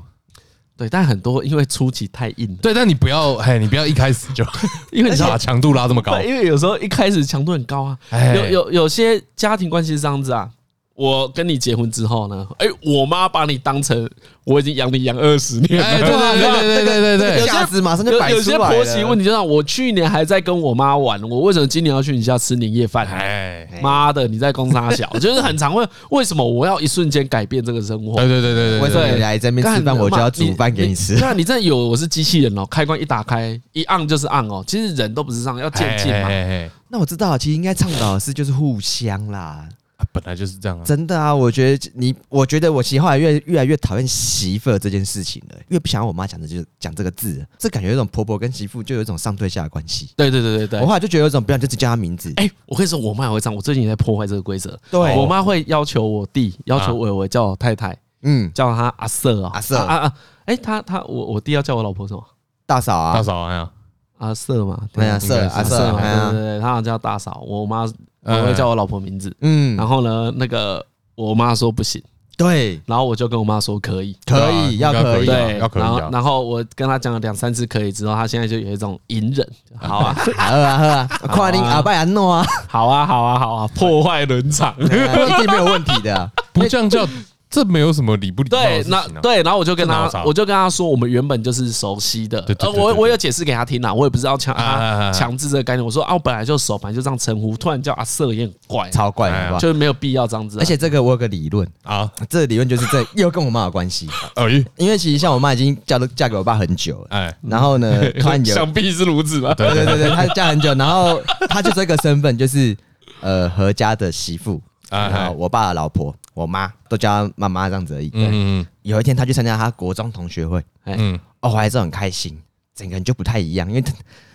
S2: 对，但很多因为初期太硬了，
S1: 对，但你不要，哎，你不要一开始 就
S2: 因为你知道
S1: 把强度拉这么 高。
S2: 对，因为有时候一开始强度很高啊。
S1: 哎
S2: 有有有些家庭关系是这样子啊。我跟你结婚之后呢，哎、我妈把你当成我已经养你养二十年了。
S1: 哎，对对 对对对对 对
S3: 一
S1: 对，
S3: 下子马上就
S2: 有
S3: 摆出来
S2: 有些婆媳问题，
S3: 题，
S2: 就像我去年还在跟我妈玩，我为什么今年要去你家吃年夜饭？
S1: 哎，
S2: 妈的，你在公差小，就是很常问为什么我要一瞬间改变这个生活
S1: 对。对对对
S3: 为
S1: 对
S3: 什么
S1: 对，
S3: 你来这边
S2: 干
S3: 吃饭，我就要煮饭给你吃
S2: 对？啊，你 真的有我是机器人哦，开关一打开一按就是按哦。其实人都不是这样，要渐进嘛。
S1: 哎，
S3: 那我知道，其实应该倡导的是就是互相啦，
S1: 本来就是这样啊。
S3: 真的啊，我觉得你，我觉得我其实后来越越来越讨厌媳妇儿这件事情了，越不想要我妈讲的就是讲这个字了，这感觉有一种婆婆跟媳妇就有一种上对下的关系。
S2: 对对对对对
S3: 我。后来就觉得有一种，不要就只叫她名字，
S2: 哎、我跟你说，我妈也会这样。我最近也在破坏这个规则。
S3: 对
S2: 我妈会要求我弟，要
S1: 啊
S2: 求伟伟叫我太太，
S3: 嗯，
S2: 叫他阿瑟啊、
S3: 阿瑟
S2: 啊啊啊！哎、他他我我弟要叫我老婆什么？
S3: 大嫂
S1: 大
S3: 啊，
S1: 嫂哎呀，
S2: 阿瑟嘛，
S3: 对啊，
S2: 吧
S3: 瑟
S1: 应该是
S3: 阿瑟
S2: 嘛
S3: 啊，哎
S2: 对对
S3: 呀
S2: 对，他好像叫大嫂。我妈
S1: 嗯
S2: 我会叫我老婆名字，
S3: 嗯
S2: 然，后呢，那个我妈说不行，
S3: 对，
S2: 然后我就跟我妈说可以。
S3: 可以，
S1: 对啊应该
S3: 要可
S1: 可
S3: 以
S1: 以，啊
S2: 对，
S1: 要可以啊
S2: 然后然后我跟她讲了两三次可以之后，她现在就有一种隐忍，好 啊，
S3: 好啊 好啊，快点阿拜安诺啊，
S2: 好啊，好啊，好啊，破坏伦常。
S3: 一定没有问题的啊，
S1: 不降价，这没有什么礼不礼貌的
S2: 对
S1: 事，情
S2: 那
S1: 啊。
S2: 对，然后我就跟
S1: 这哪有
S2: 他
S1: 差，
S2: 我就跟他说，我们原本就是熟悉的
S1: 对，对
S2: 呃，
S1: 对
S2: 我
S1: 对
S2: 我有解释给他听啦，我也不是要强
S1: 啊啊啊啊
S2: 他强制这个概念，我说啊，我本来就熟，本来就这样称呼，突然叫阿瑟也很怪，
S3: 超怪
S1: 哎
S3: 的，
S1: 呀
S3: 好不好？
S2: 就是没有必要这样子啊。
S3: 而且这个我有个理论，
S1: 啊，
S3: 这个理 论就是这又跟我妈有关系，
S1: 哎
S3: 因为其实像我妈已经嫁都嫁给我爸很久了，
S1: 哎，
S3: 然 后呢，突然有
S2: 想必是如此吧？
S1: 对
S3: 对
S1: 对
S3: 对对，她嫁很久，然后她就这个身份就是呃何家的媳妇，
S1: 哎
S3: 然后我爸的老婆，我妈都叫她妈妈这样子而已。
S1: 嗯嗯
S3: 有一天她去参加她国中同学会，
S1: 嗯
S3: 哦，我还是很开心，整个人就不太一样，因为她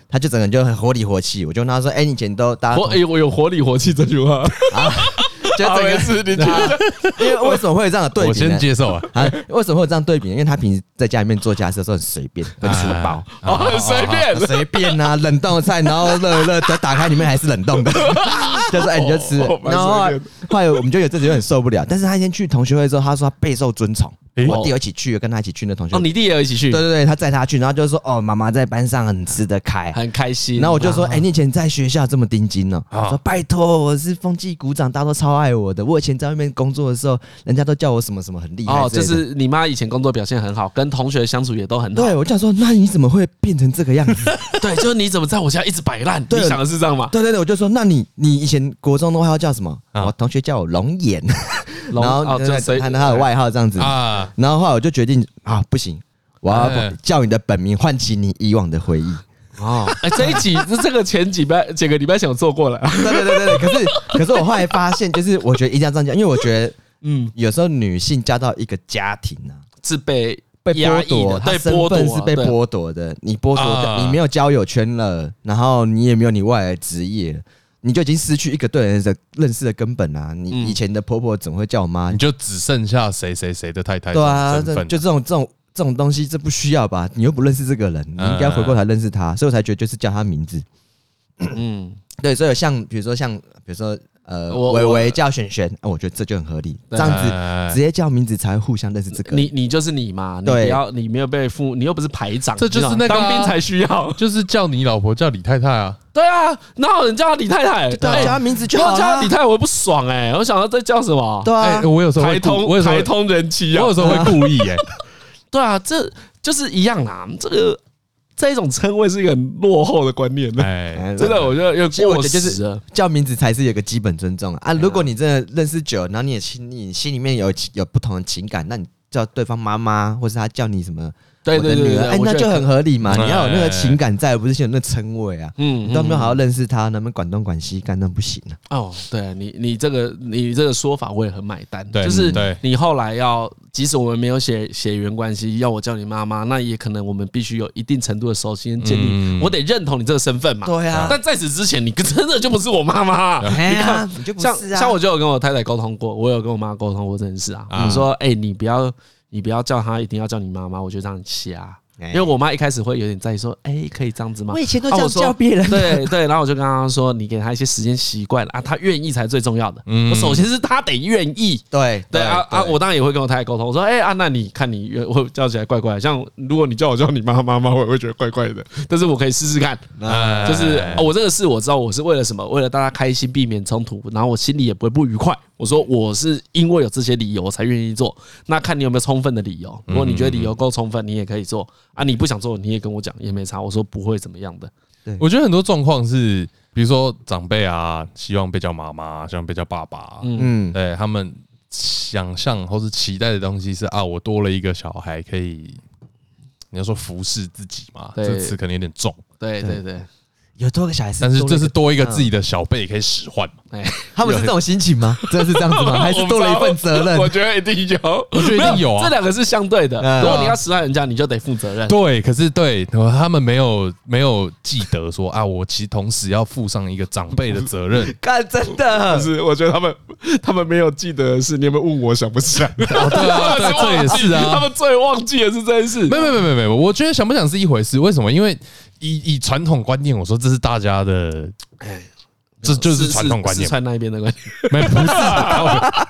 S3: 她就整个人就很活里活气。我就跟她说：“哎，你以前都大家
S2: 活
S3: 同
S2: 哎，我有活里活气这句话，
S3: 就
S1: 啊
S3: 整个
S5: 事，你觉得
S3: 因为为什么会有这样的
S1: 嗯，
S3: 对
S1: 我
S3: 比呢
S1: 先？接受啊，
S3: 啊，为什么会有这样对比呢？因为她平时在家里面做家事的时候很随便，
S1: 啊
S3: 很粗暴。”
S2: 哦，很随便，
S3: 随便啊，冷冻的菜，然后热热的，打开里面还是冷冻的，就是哎、你就吃
S5: 哦。蛮
S3: 然后后
S5: 随便
S3: 来后来我们就有自己有点受不了，但是他先去同学会之后，他说他备受尊崇，
S1: 诶
S3: 我弟有一起去，跟他一起去那同学
S2: 哦，
S3: 会，
S2: 你弟也有一起去
S3: 对，对对，他载他去，然后就说哦，妈妈在班上很吃得开。
S2: 很开心。
S3: 然后我就说，哎、你以前在学校这么钉金哦、我说拜托，我是风纪股长，大家都超爱我的。我以前在外面工作的时候，人家都叫我什么什么很厉害之类的。
S2: 哦，就是你妈以前工作表现很好，跟同学相处也都很好。
S3: 对，我就想说，那你怎么会变成这个样子？
S2: 对，就是你怎么在我家一直摆烂？
S3: 对
S2: 你想的是这样吗？
S3: 对对对，我就说，那你你以前国中的外号叫什么？
S1: 啊
S3: 我同学叫我龙眼，
S2: 龙
S3: 然后
S2: 哦
S3: 对
S2: 就
S3: 对
S2: 随
S3: 对他他的外号这样子。
S1: 啊，
S3: 然后后来我就决定啊，不行，我要
S1: 哎
S3: 叫你的本名，唤起你以往的回忆。
S2: 哦，哎，这一集这个前几拜几个礼拜前有做过了，
S3: 对对对对对，可是可是我后来发现，就是我觉得一定要这样讲，因为我觉得
S2: 嗯，
S3: 有时候女性嫁到一个家庭啊，
S2: 是被
S3: 被
S2: 压
S3: 剥
S2: 抑
S3: 夺，
S2: 的对
S3: 她身
S2: 剥
S3: 份
S2: 夺
S3: 是被
S2: 对
S3: 剥夺的，你剥夺掉，
S1: 啊
S3: 你没有交友圈了，然后你也没有你未来的职业了。你就已经失去一个对人的认识的根本啦、你
S2: 嗯
S3: 以前的婆婆怎么会叫我妈
S1: 你？就只剩下谁谁谁的太太
S3: 对
S1: 这种
S3: 啊，这
S1: 身份
S3: 就这种这种这种东西，这不需要吧？你又不认识这个人，你应该回过头来认识他，所以我才觉得就是叫他名字。
S2: 嗯，
S3: 对，所以有像比如说像比如说呃，
S2: 我
S3: 伟
S2: 我
S3: 伟叫璇璇，啊我觉得这就很合理，这
S2: 对
S3: 样子
S1: 哎
S3: 直接叫名字才会互相认识这个人。
S2: 你你就是你嘛，你不
S3: 对
S2: 要你没有被父，你又不是排长，
S1: 这就是
S2: 你
S1: 那
S2: 知道吗
S1: 个啊
S2: 当兵才需要。
S1: 就是叫你老婆叫李太太啊，
S2: 对啊，哪有人叫他李太太？
S3: 对啊
S2: 哎
S3: 叫他名字就
S2: 不要
S3: 好
S2: 叫他
S3: 啦
S2: 李太太，我不爽哎，我想到这叫什么？
S3: 对啊
S1: 哎，，我有时候会
S2: 台
S1: 故
S2: 通
S1: 我有时候
S2: 台
S1: 会
S2: 通人妻啊
S1: 我有，时候会故意哎，
S2: 对啊，这就是一样啦。这个这一种称谓是一个很落后的观念的，
S1: 哎，
S2: 真的，我觉得又
S3: 其实我
S2: 过
S3: 觉得就
S2: 时啊
S3: 是
S2: 了。
S3: 叫名字才是有个基本尊重啊。啊如果你真的认识久，然后你也心你心里面有有不同的情感，那你叫对方妈妈，或是他叫你什么
S2: 对
S3: 我的
S2: 对对
S3: 女
S2: 对，
S3: 儿，哎，
S2: 我觉
S3: 那
S2: 得
S3: 就很合理嘛。
S1: 嗯
S3: 你要有那个情感在，不是先有那称谓啊。
S2: 嗯
S3: 你都没有好好认识他，那么管东管西，干那不行啊。
S2: 哦，对你，你这个你这个说法我也很买单，
S1: 对
S2: 就是
S1: 嗯对
S2: 你后来要，即使我们没有血血缘关系，要我叫你妈妈，那也可能我们必须有一定程度的熟悉跟建立，
S1: 嗯
S2: 我得认同你这个身份嘛。
S3: 对啊
S2: 但在此之前，你真的就不是我妈妈。
S3: 哎呀，你就不
S2: 啊像
S3: 是啊。
S2: 像我就有跟我太太沟通过，我有跟我妈沟通过这件事啊。我说，哎，你不要你不要叫她一定要叫你妈妈，我觉得这样很瞎。
S3: 哎
S2: 因为我妈一开始会有点在意，说，哎，可以这样子吗？
S3: 我以前都
S2: 啊
S3: 这样
S2: 我说
S3: 叫别人的，
S2: 对对，然后我就跟他说，你给他一些时间习惯 啊，他愿意才最重要的。
S1: 嗯
S2: 我首先是他得愿意。
S3: 对
S2: 对啊啊！我当然也会跟我太太沟通，我说，哎、啊，那你看你愿我叫起来怪怪的，像如果你叫我叫你妈妈妈，我也会觉得怪怪的，但是我可以试试看，
S1: 哎
S2: 就是、哦、我这个事我知道我是为了什么，为了大家开心，避免冲突，然后我心里也不会不愉快。我说我是因为有这些理由我才愿意做，那看你有没有充分的理由。如果你觉得理
S5: 嗯
S2: 由够充分，你也可以做啊，你不想做你也跟我讲，也没差。我说不会怎么样的，
S1: 我觉得很多状况是，比如说长辈啊，希望被叫妈妈，希望被叫爸爸啊，
S3: 嗯，
S1: 对他们想象或是期待的东西是啊，我多了一个小孩，可以你要说服侍自己嘛，
S2: 对
S1: 这个词可能有点重，
S2: 对对对，
S3: 有多个小孩，
S1: 但是这是多一个自
S3: 己，
S1: 己的小辈可以使唤嘛。
S2: 哎，
S3: 他们是这种心情吗？真的是这样子吗？还是多了一份责任？
S5: 我觉得一定 有，
S1: 我觉得一定有
S2: 这
S1: 啊，
S2: 两个是相对的。
S3: 嗯。
S2: 如果你要实害人家，你就得负责任。
S1: 对，可是对他们没有没有记得说啊，我其实同时要负上一个长辈的责任
S3: 干真的
S5: 但是我觉得他们他们没有记得的是，你有没有问我想不 想？
S1: 哦，对 啊，对啊，这也是啊，
S5: 他们最忘记的是这件事
S1: 没。有没有没有没有，我觉得想不想是一回事。为什么？因为以以传统观念，我说这是大家的，这哎就是传统观
S2: 四
S1: 念，
S2: 川那边的观念。
S1: 没有不是靠北
S3: 啊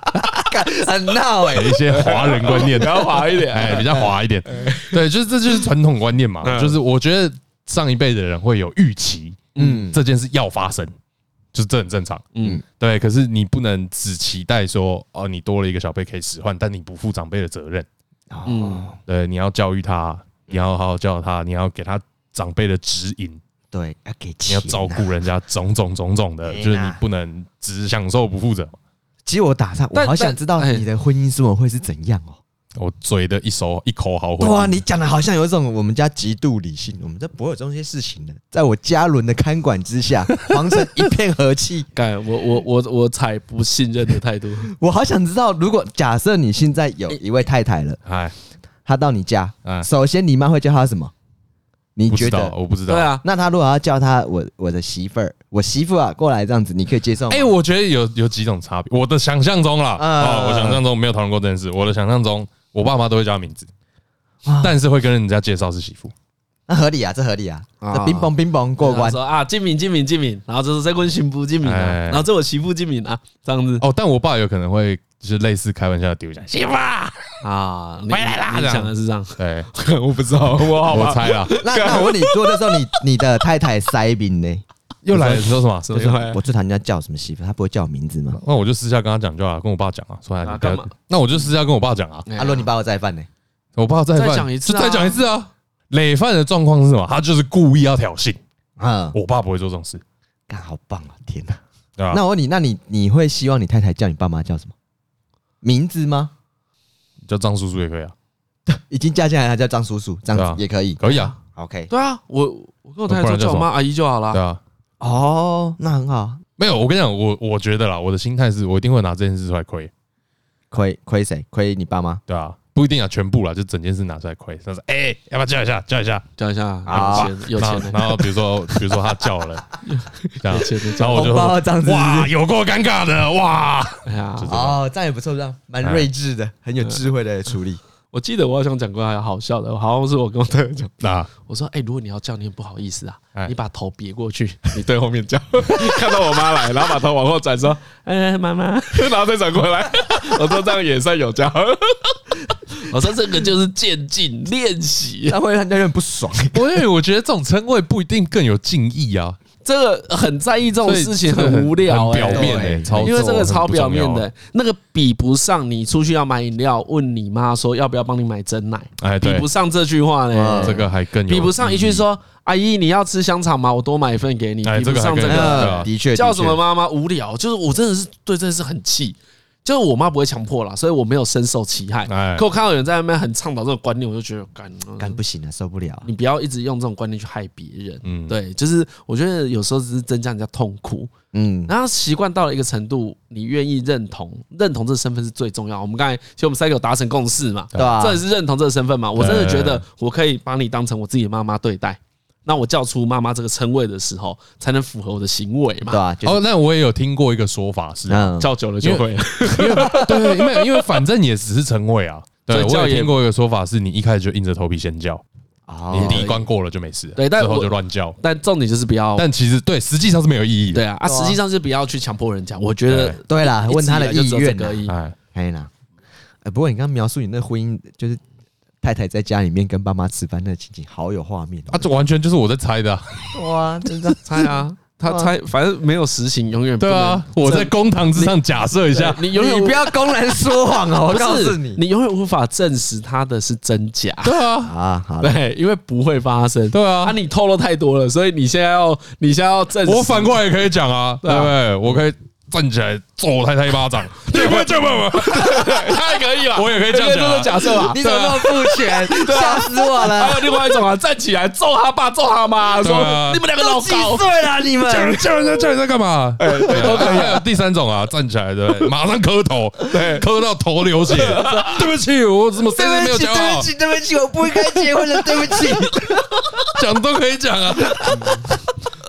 S3: 干很闹哎
S1: 有，一些华人观念
S5: 比，较滑一点，
S1: 哎，比较华一点。对，就是这就是传统观念嘛，
S5: 嗯
S1: 就是我觉得上一辈的人会有预期，
S3: 嗯
S1: 嗯，这件事要发生，就是这很正常。
S2: 嗯，
S1: 对，可是你不能只期待说哦，你多了一个小辈可以使唤，但你不负长辈的责任。
S2: 嗯
S3: 哦，
S1: 对，你要教育他，你要好好教他，你要给他长辈的指引，
S3: 对，要给
S1: 你
S3: 钱
S1: 要
S3: 啊，
S1: 照顾人家种种种种的，
S3: 对
S1: 就是你
S3: 啦
S1: 不能只享受不负责。
S3: 其实我打岔，我
S2: 但
S3: 好想知道
S2: 但哎
S3: 你的婚姻生活会是怎样哦。
S1: 我嘴的一手一口好
S3: 哇，
S1: 混，
S3: 啊你讲的好像有一种我们家极度理性，我们这不会有这些事情的。在我嘉伦的看管 之下，皇城一片和气。
S2: 干我我我我采不信任的态 度，
S3: 我好想知道，如果假设你现在有一位太太了，
S1: 哎，
S3: 她到你家，
S1: 嗯
S3: 首先你妈会叫她什么？你
S1: 不知
S3: 觉
S1: 道，
S3: 得？
S1: 我不知道。
S2: 对，啊，
S3: 那她如果要叫她我我的媳妇儿，我媳妇啊过来这样子，你可以接受吗？
S1: 哎，我觉得有有几种差别。我的想象中啦，
S3: 嗯
S1: 啊，我想象中没有讨论过这件事。我的想象中，我爸妈都会叫他名字，但是会跟人家介绍是媳妇。
S3: 那合理啊，这合理啊，
S2: 啊
S3: 这冰崩冰崩过关
S2: 然后。说啊，静敏静敏静敏，然后就是这问媳妇静敏啊，
S1: 哎
S2: 然后这我媳妇静敏啊，这样子
S1: 哦，但我爸有可能会就是类似开玩笑地丢一下媳妇啊，
S2: 啊，你
S1: 回来啦
S2: 你
S1: 这样啊
S2: 想的是这样，
S1: 对， 我不知道，我好 我猜啦。
S3: 那那我问你，如果那时候你你的太太塞宾呢？
S1: 又来了，说什么？
S2: 怎么来？
S3: 我最讨厌人家叫什么媳妇，她不会叫我名字吗？
S1: 那我就私下跟他讲就好了，跟我爸讲啊，说哎，
S2: 啊
S1: 你不要
S2: 干嘛
S1: 那我就私下跟我爸讲啊，
S2: 哎呀
S3: 阿伦，你把我再犯呢？
S1: 我爸再犯
S2: 再讲一次啊
S1: 就再讲一次啊。累犯的状况是什么？他就是故意要挑衅，
S3: 啊，
S1: 我爸不会做这种事，
S3: 干好棒啊！天哪！
S1: 对吧？
S3: 那我问你，那你你会希望你太太叫你爸妈叫什么名字吗？
S1: 叫张叔叔也可以啊，
S3: 已经嫁进来，她叫张叔叔，这
S1: 对
S3: 样
S1: 啊
S3: 子也可以。
S1: 可以啊，
S3: OK，
S2: 对啊，我我跟我太
S1: 哦不
S2: 太
S1: 然
S2: 说
S1: 叫
S2: 叫
S1: 什
S2: 我
S1: 么
S2: 妈阿姨就好了
S1: 对，啊。
S3: 哦，那很好。
S1: 没有，我跟你讲，我我觉得啦，我的心态是我一定会拿这件事出来亏，
S3: 亏亏谁？亏你爸妈？
S1: 对啊，不一定啊，全部啦，就整件事拿出来亏。他说：“哎，要不要叫一下？叫一下。
S2: 讲一下
S3: 啊
S2: 有钱
S1: 然后”
S2: 有钱的
S1: 然后比如说，比如说他叫 了，这样
S2: 有，钱的
S1: 然
S2: 叫，
S1: 后我就
S3: 红包这样子
S1: 说
S3: 是不是
S1: 哇，有够尴尬的哇！
S2: 哎呀
S1: 就，是
S3: 哦，这样也不错，这样蛮
S1: 啊哎
S3: 睿智的，很有智慧的处理。
S2: 我记得我好像讲过还有好笑的，好像是我跟我太太讲，
S1: 那
S2: 我说哎，如果你要叫，你很不好意思啊
S1: 哎，
S2: 你把头别过去，
S5: 你对后面叫， 看到我妈来，然后把头往后转 说，
S2: 哎，妈妈，
S5: 然后再转过来，我说这样也算 有教。
S2: 我哦说这个就是渐进练
S1: 啊
S2: 习，
S3: 那会让人家有点不爽。
S1: 喂，我觉得这种称谓不一定更有敬意啊，
S2: 这个很在意这种
S1: 所以
S2: 事情
S1: 这个
S2: 很无聊、
S1: 很表
S2: 哎
S1: 面
S3: 对
S1: 哎，超
S2: 因为这个
S1: 很
S2: 超
S1: 不
S2: 表
S1: 重要
S2: 面的、
S1: 啊，
S2: 那个比不上你出去要买饮料，问你妈说要不要帮你买真奶，
S1: 哎，
S2: 比
S1: 对
S2: 不，上这句话呢、
S5: 啊
S3: 嗯
S1: 这个还更有
S2: 比不上一句说阿姨你要吃香肠吗？我多买一份给你，
S1: 哎
S2: 比不上
S1: 这
S2: 这
S1: 个还
S2: 个
S1: 对啊
S3: 嗯，的确
S2: 叫什么？妈妈无聊，就是我真的是对这件事很气。就是我妈不会强迫啦，所以我没有深受其害。
S1: 哎
S2: 可我看到有人在那边很倡导这种观念，我就觉得干
S3: 干不行了，受不了啊。
S2: 你不要一直用这种观念去害别人。
S1: 嗯
S2: 对，就是我觉得有时候只是增加人家痛苦，
S3: 嗯，
S2: 然后习惯到了一个程度，你愿意认同，认同这个身份是最重要。我们刚才其实我们三个有达成共识嘛，
S3: 对
S1: 啊
S3: 啊吧？
S2: 这也是认同这个身份嘛。我真的觉
S1: 对对
S2: 得我可以把你当成我自己的妈妈对待，那我叫出妈妈这个称谓的时候，才能符合我的行为
S3: 对
S2: 嘛。
S3: 吧？就是
S1: 哦，那我也有听过一个说法是，
S3: 嗯，
S2: 叫久了就会了，
S1: 因为 对，因为因为反正也只是称谓啊。对，
S2: 对
S1: 我
S2: 叫
S1: 有
S2: 也
S1: 听过一个说法是，你一开始就硬着头皮先叫，你
S3: 哦
S1: 第一关过了就没事了，
S2: 对但
S1: 之后
S2: 我
S1: 就乱叫。
S2: 但重点就是不要。
S1: 但其实对，实际上是没有意义的。
S2: 对啊，啊，实际上是不要去强迫人家。我觉得
S3: 对
S1: 啊
S3: 啦，问他的
S2: 一直以来就
S3: 意
S2: 只有
S3: 愿
S2: 这个
S3: 啊
S2: 而已
S1: 哎，
S3: 可以啦。哎，不过你刚刚描述你那婚姻，就是太太在家里面跟爸妈吃饭那情景，好有画面哦
S1: 啊，这完全就是我在猜的啊。
S3: 哇，真的
S2: 猜啊，他猜，反正没有实行，永远不
S1: 对啊，我在公堂之上假设一下
S2: 能。你永远
S3: 你不要公然说 谎哦！我
S2: 不
S3: 告诉
S2: 是
S3: 你，
S2: 你永远无法证实他的是真假。
S1: 对啊，
S3: 啊，好了，
S2: 对，因为不会发生。
S1: 对啊
S2: 啊，你透露太多了，所以你现在要，你现在要证实。
S1: 我反过来也可以讲啊，对
S2: 啊
S1: 不对？我可以站起来揍我太太一巴掌，你会这么吗？
S2: 太可以了，
S1: 我也可以这样
S2: 这
S1: 讲啊
S2: 个就是假设吧。
S3: 你怎么那么父 权？吓死我
S2: 还
S3: 了！
S2: 有另外一种啊，站起来揍他爸，揍他妈，
S1: 对啊
S2: 说你们两个老
S3: 都几
S2: 高。
S3: 岁了你们？
S1: 叫叫人家叫人家干嘛？对啊还有第三种啊，站起来对不对，马上磕头，对，磕到头流血， 对不起，我怎么生日没
S3: 对
S1: 有
S3: 不起，
S1: 讲啊
S3: 对
S1: 好
S3: 不？起，对不起，我不应该结婚 的，对不起。
S1: 讲都可以讲啊，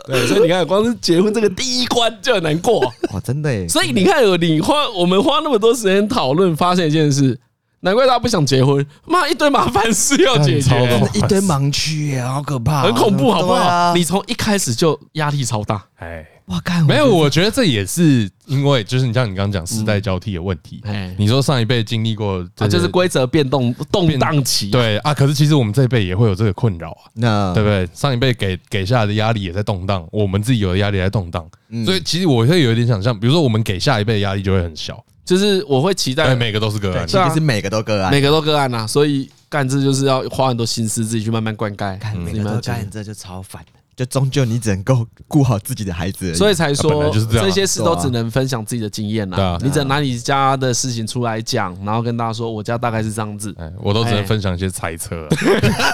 S2: 对，所以你看，光是结婚这个第一关就很难过。
S3: 哇，真的耶！
S2: 所以你看，有你花我们花那么多时间讨论，发现一件事，难怪他不想结婚，妈一堆麻烦事要解
S1: 干超
S2: 决
S1: 多，
S3: 一堆盲区耶，好可怕哦，
S2: 很恐怖，好不
S3: 对啊
S2: 好？你从一开始就压力超大，
S1: 哎，
S3: 哇，看
S1: 没有，我觉得这也是因为就是你像你刚刚讲世代交替的问题
S2: 嗯哎，
S1: 你说上一辈经历过这
S2: 啊
S1: 些，
S2: 就是规则变动动荡期，
S1: 对啊，可是其实我们这一辈也会有这个困扰啊。
S3: 那
S1: 对不对？上一辈给给下来的压力也在动荡，我们自己有的压力也在动荡，所以其实我会有一点想象，比如说我们给下一辈的压力就会很小，
S2: 就是我会期
S1: 对，
S2: 待啊
S1: 每个都是个案，
S3: 其实是每个都个案，
S2: 每个都个案呐、啊所以干这就是要花很多心思自己去慢慢灌溉，
S3: 看
S2: 自
S3: 每
S2: 己
S3: 个
S2: 慢慢
S3: 都
S2: 解
S3: 个
S2: 决
S3: 案，这就超烦的，就终究你只能够顾好自己的孩子而已，
S2: 所以
S1: 啊
S2: 才
S1: 本
S2: 说
S1: 来就是这样啊
S2: 些事都只能分享自己的经验
S1: 对
S2: 啦
S1: 啊。
S2: 你只能拿你家的事情出来讲，然后跟大家说我家大概是这样子。
S1: 哎，我都只能分享一些猜测、啊。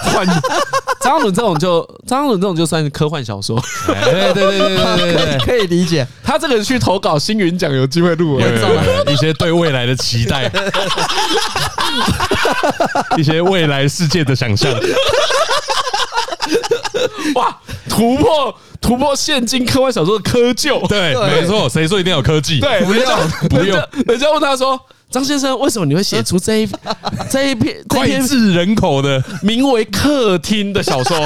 S2: 换张翰伦这种就张翰伦这种就算是科幻小 说，
S1: 哎对对对对对对对，
S3: 可以理解，
S2: 他这个去投稿星云奖有机会啊入
S1: 有
S2: 围。
S1: 有有一些对未来的期待，一些未来世界的想象。
S2: 哇，突破突破现今科幻小说的窠臼。
S1: 对，
S3: 对
S1: 没错，谁说一定要有科技？
S2: 对，人家
S1: 不用
S2: 人家人家问他说。张先生，为什么你会写出这 一这一篇这
S1: 脍
S2: 篇
S1: 炙人口的，
S2: 名为《客厅》的小 说，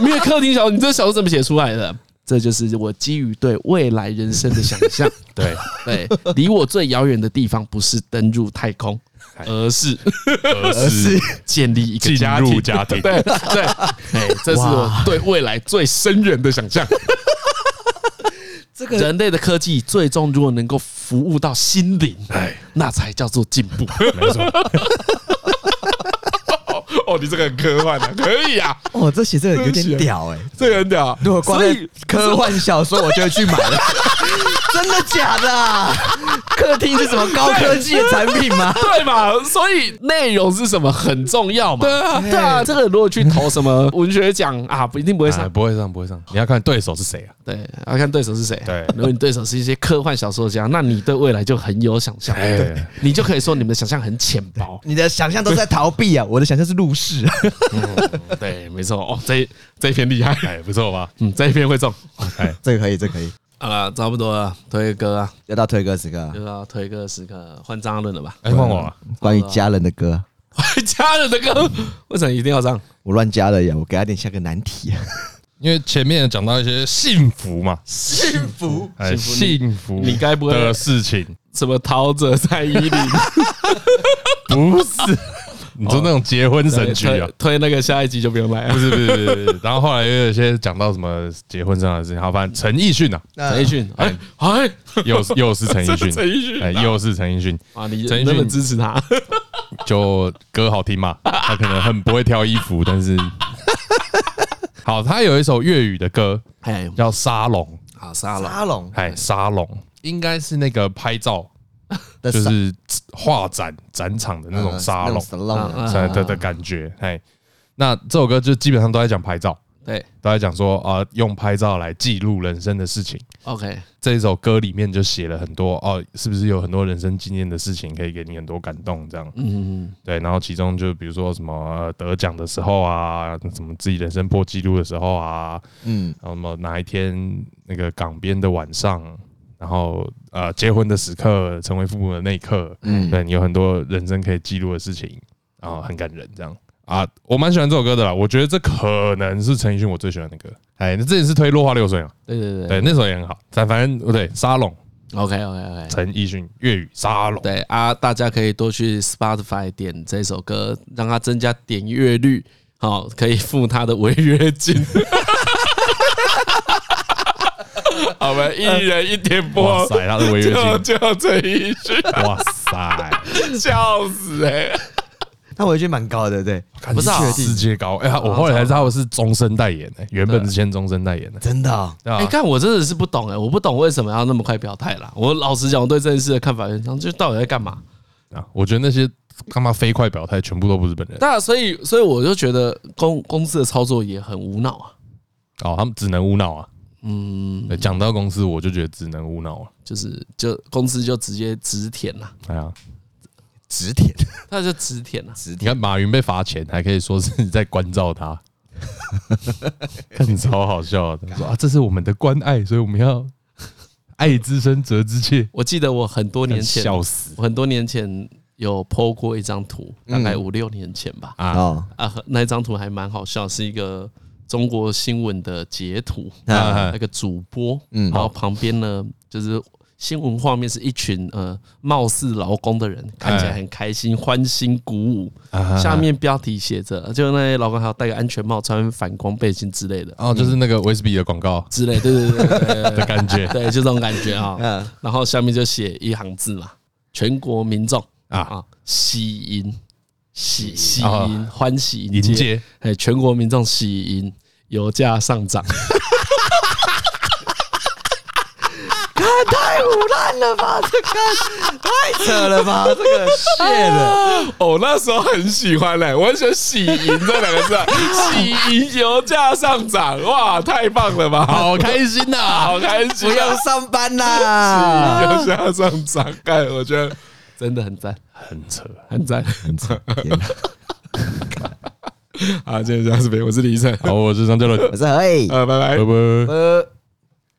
S2: 名为《客厅》小说，你这小说怎么写出来的？这就是我基于对未来人生的想象。
S1: 对，
S2: 对，离我最遥远的地方不是登入太空，而是
S1: 而是
S2: 建立一个
S1: 呃进
S2: 家
S1: 入
S2: 庭。
S1: 家庭。
S2: 对 对，哎，这是我对未来最深远的想象。这个人类的科技最终如果能够服务到心灵，
S1: 哎，
S2: 那才叫做进步。
S1: 没错，
S5: 哦，你这个很科幻的、啊，可以啊，
S3: 哦，这写这个有点屌哎，
S5: 这个很屌。
S3: 如果挂
S2: 所
S3: 在
S2: 以
S3: 科幻小说，我就会去买 了。真的假的、啊？客厅是什么高科技的产品吗？
S2: 对嘛？所以内容是什么很重要嘛？对啊，对啊，这个如果去投什么文学奖啊，不一定不会
S1: 哎
S2: 上。
S1: 不会上，不会上。你要看对手是谁啊？
S2: 对，要看对手是谁。
S1: 对
S2: 如果你对手是一些科幻小说家，那你对未来就很有想象，
S1: 哎
S2: 对，你就可以说你们的想象很浅薄。
S3: 你的想象都在逃避啊！我的想象是入世、啊，
S2: 对，没错。哦，这这一篇厉害，
S1: 哎，不错吧？
S2: 嗯，这一篇会中。
S3: 哎这个可以，这个可以。
S2: 啊，差不多了，推歌啊，
S3: 要到推歌时刻啊，
S2: 又要推歌时刻，换张翰伦了吧？
S1: 哎，换我了。
S3: 关于家人的歌啊，
S2: 家人的歌 为什么一定要唱？
S3: 我乱加了呀！我给他点下个难题、啊。
S1: 因为前面有讲到一些幸福嘛，
S3: 幸福
S1: 哎，
S2: 幸
S1: 幸福，
S2: 你该不会
S1: 的事情
S2: 什么陶喆、蔡依林？
S1: 不是？ 你说那种结婚神剧啊？
S2: 推推那个下一集就不用来
S1: 不
S2: 了。
S1: 是不是不是不是，然后后来又有些讲到什么结婚这样的事情，好，反正陈奕迅啊，
S2: 陈奕迅，哎哎，
S1: 又是又是陈奕
S2: 真的陈奕
S1: 迅，
S2: 迅
S1: 哎，又是陈奕迅，
S2: 啊，你
S1: 陈奕迅
S2: 能不能支持他？
S1: 就歌好听嘛，他可能很不会挑衣服，但是好，他有一首粤语的歌
S2: 哎，
S1: 叫《沙龙》，
S2: 好杀了，
S3: 阿龙
S1: 哎，沙龙应该是那个拍照
S3: 的
S1: 就是画展展场的那种沙龙
S3: 呃嗯沙龙啊，
S1: 的的的感觉。哎，那这首歌就基本上都在讲拍照，
S2: 对
S1: 都在讲说啊，用拍照来记录人生的事情。
S2: ，OK，
S1: 这一首歌里面就写了很多哦，是不是有很多人生经验的事情可以给你很多感动？这样，
S2: 嗯，
S1: 对，然后其中就比如说什么呃得奖的时候啊，什么自己人生破纪录的时候啊，
S3: 嗯，
S1: 然后什么哪一天那个港边的晚上，然后呃结婚的时刻，成为父母的那一刻，嗯，对你有很多人生可以记录的事情，然后很感人这样啊，我蛮喜欢这首歌的啦，我觉得这可能是陈奕迅我最喜欢的歌，哎，那之前是推《落花流水》嘛，
S2: 对对
S1: 对，
S2: 对
S1: 那首也很好，但反正哦对沙龙
S2: ，OK OK OK，
S1: 陈奕迅粤语沙龙，
S2: 对啊，大家可以多去 Spotify 点这首歌，让它增加点阅率，好，可以付他的违约金。 好我们一人一点
S1: 哇
S2: 播，
S1: 塞，他的违约
S5: 就
S1: 金，
S5: 就这一句，
S1: 哇塞。
S5: 笑死
S2: 欸
S5: 哎、
S3: 那我觉得蛮高的，对，
S1: 不
S2: 是啊
S1: 世界高，哎、呀，我后来才知道是终身代言的、原本是先终身代言的、
S3: 真的哦、
S1: 对吧、
S2: 哎，看我真的是不懂哎，我不懂为什么要那么快表态啦。我老实讲，我对这件事的看法很像，就是到底在干嘛？
S1: 啊，我觉得那些他妈飞快表态全部都不是本人，
S2: 那所以，所以我就觉得公公司的操作也很无脑啊。
S1: 哦，他们只能无脑啊。嗯，对讲到公司，我就觉得只能无脑了、
S2: 就是就公司就直接直啊舔啦，
S1: 哎呀，
S3: 直舔，
S2: 那就啊直舔啦。
S1: 你看马云被罚钱，还可以说是在关照他， 看超好笑的。说啊，这是我们的关爱，所以我们要爱之深责之切。
S2: 我记得我很多年前，
S1: 笑死！嗯
S2: 我很多年前有 PO 过一张图，大概五六年前吧。
S1: 啊
S3: 哦，
S2: 啊，那一张图还蛮好笑，是一个中国新闻的截图，
S1: 啊
S2: 那个主播，
S3: 嗯
S2: 然后旁边呢就是。新闻画面是一群呃，貌似劳工的人，看起来很开心、欢欣鼓舞。
S1: 哎啊
S2: 下面标题写着，就那些劳工还有戴个安全帽、穿反光背心之类的
S1: 哦，就是那个 USB 的广告
S2: 之类，对对对对对对
S1: 的感觉
S2: 对，就这种感觉啊、
S3: 嗯
S2: 然后下面就写一行字嘛，全国民众
S1: 啊，
S2: 啊，喜迎，喜喜
S1: 哦
S2: 迎，欢喜
S1: 迎
S2: 迎接，
S1: 接
S2: 哎，全国民众喜迎，油价上 涨，
S3: 太胡乱了吧，这个太扯了吧，这 个
S2: 哎
S3: 谢了，
S5: 哦，那时候很喜欢嘞、我很喜欢“喜迎”这两个字啊，“喜迎油价上涨”，哇，太棒了吧！
S1: 好开心呐！
S5: 好开心
S3: 不用
S5: 啊！
S3: 上班啦，
S5: 油价上涨，干，我觉得
S2: 真的很赞，
S1: 很扯，
S2: 很赞。
S3: 很扯。天 哪
S5: 啊，今天就到这边，我是李晨，
S1: 好，我是张嘉伦，
S3: 我是何以，
S5: 呃，拜拜
S1: 拜。拜。
S3: 呃。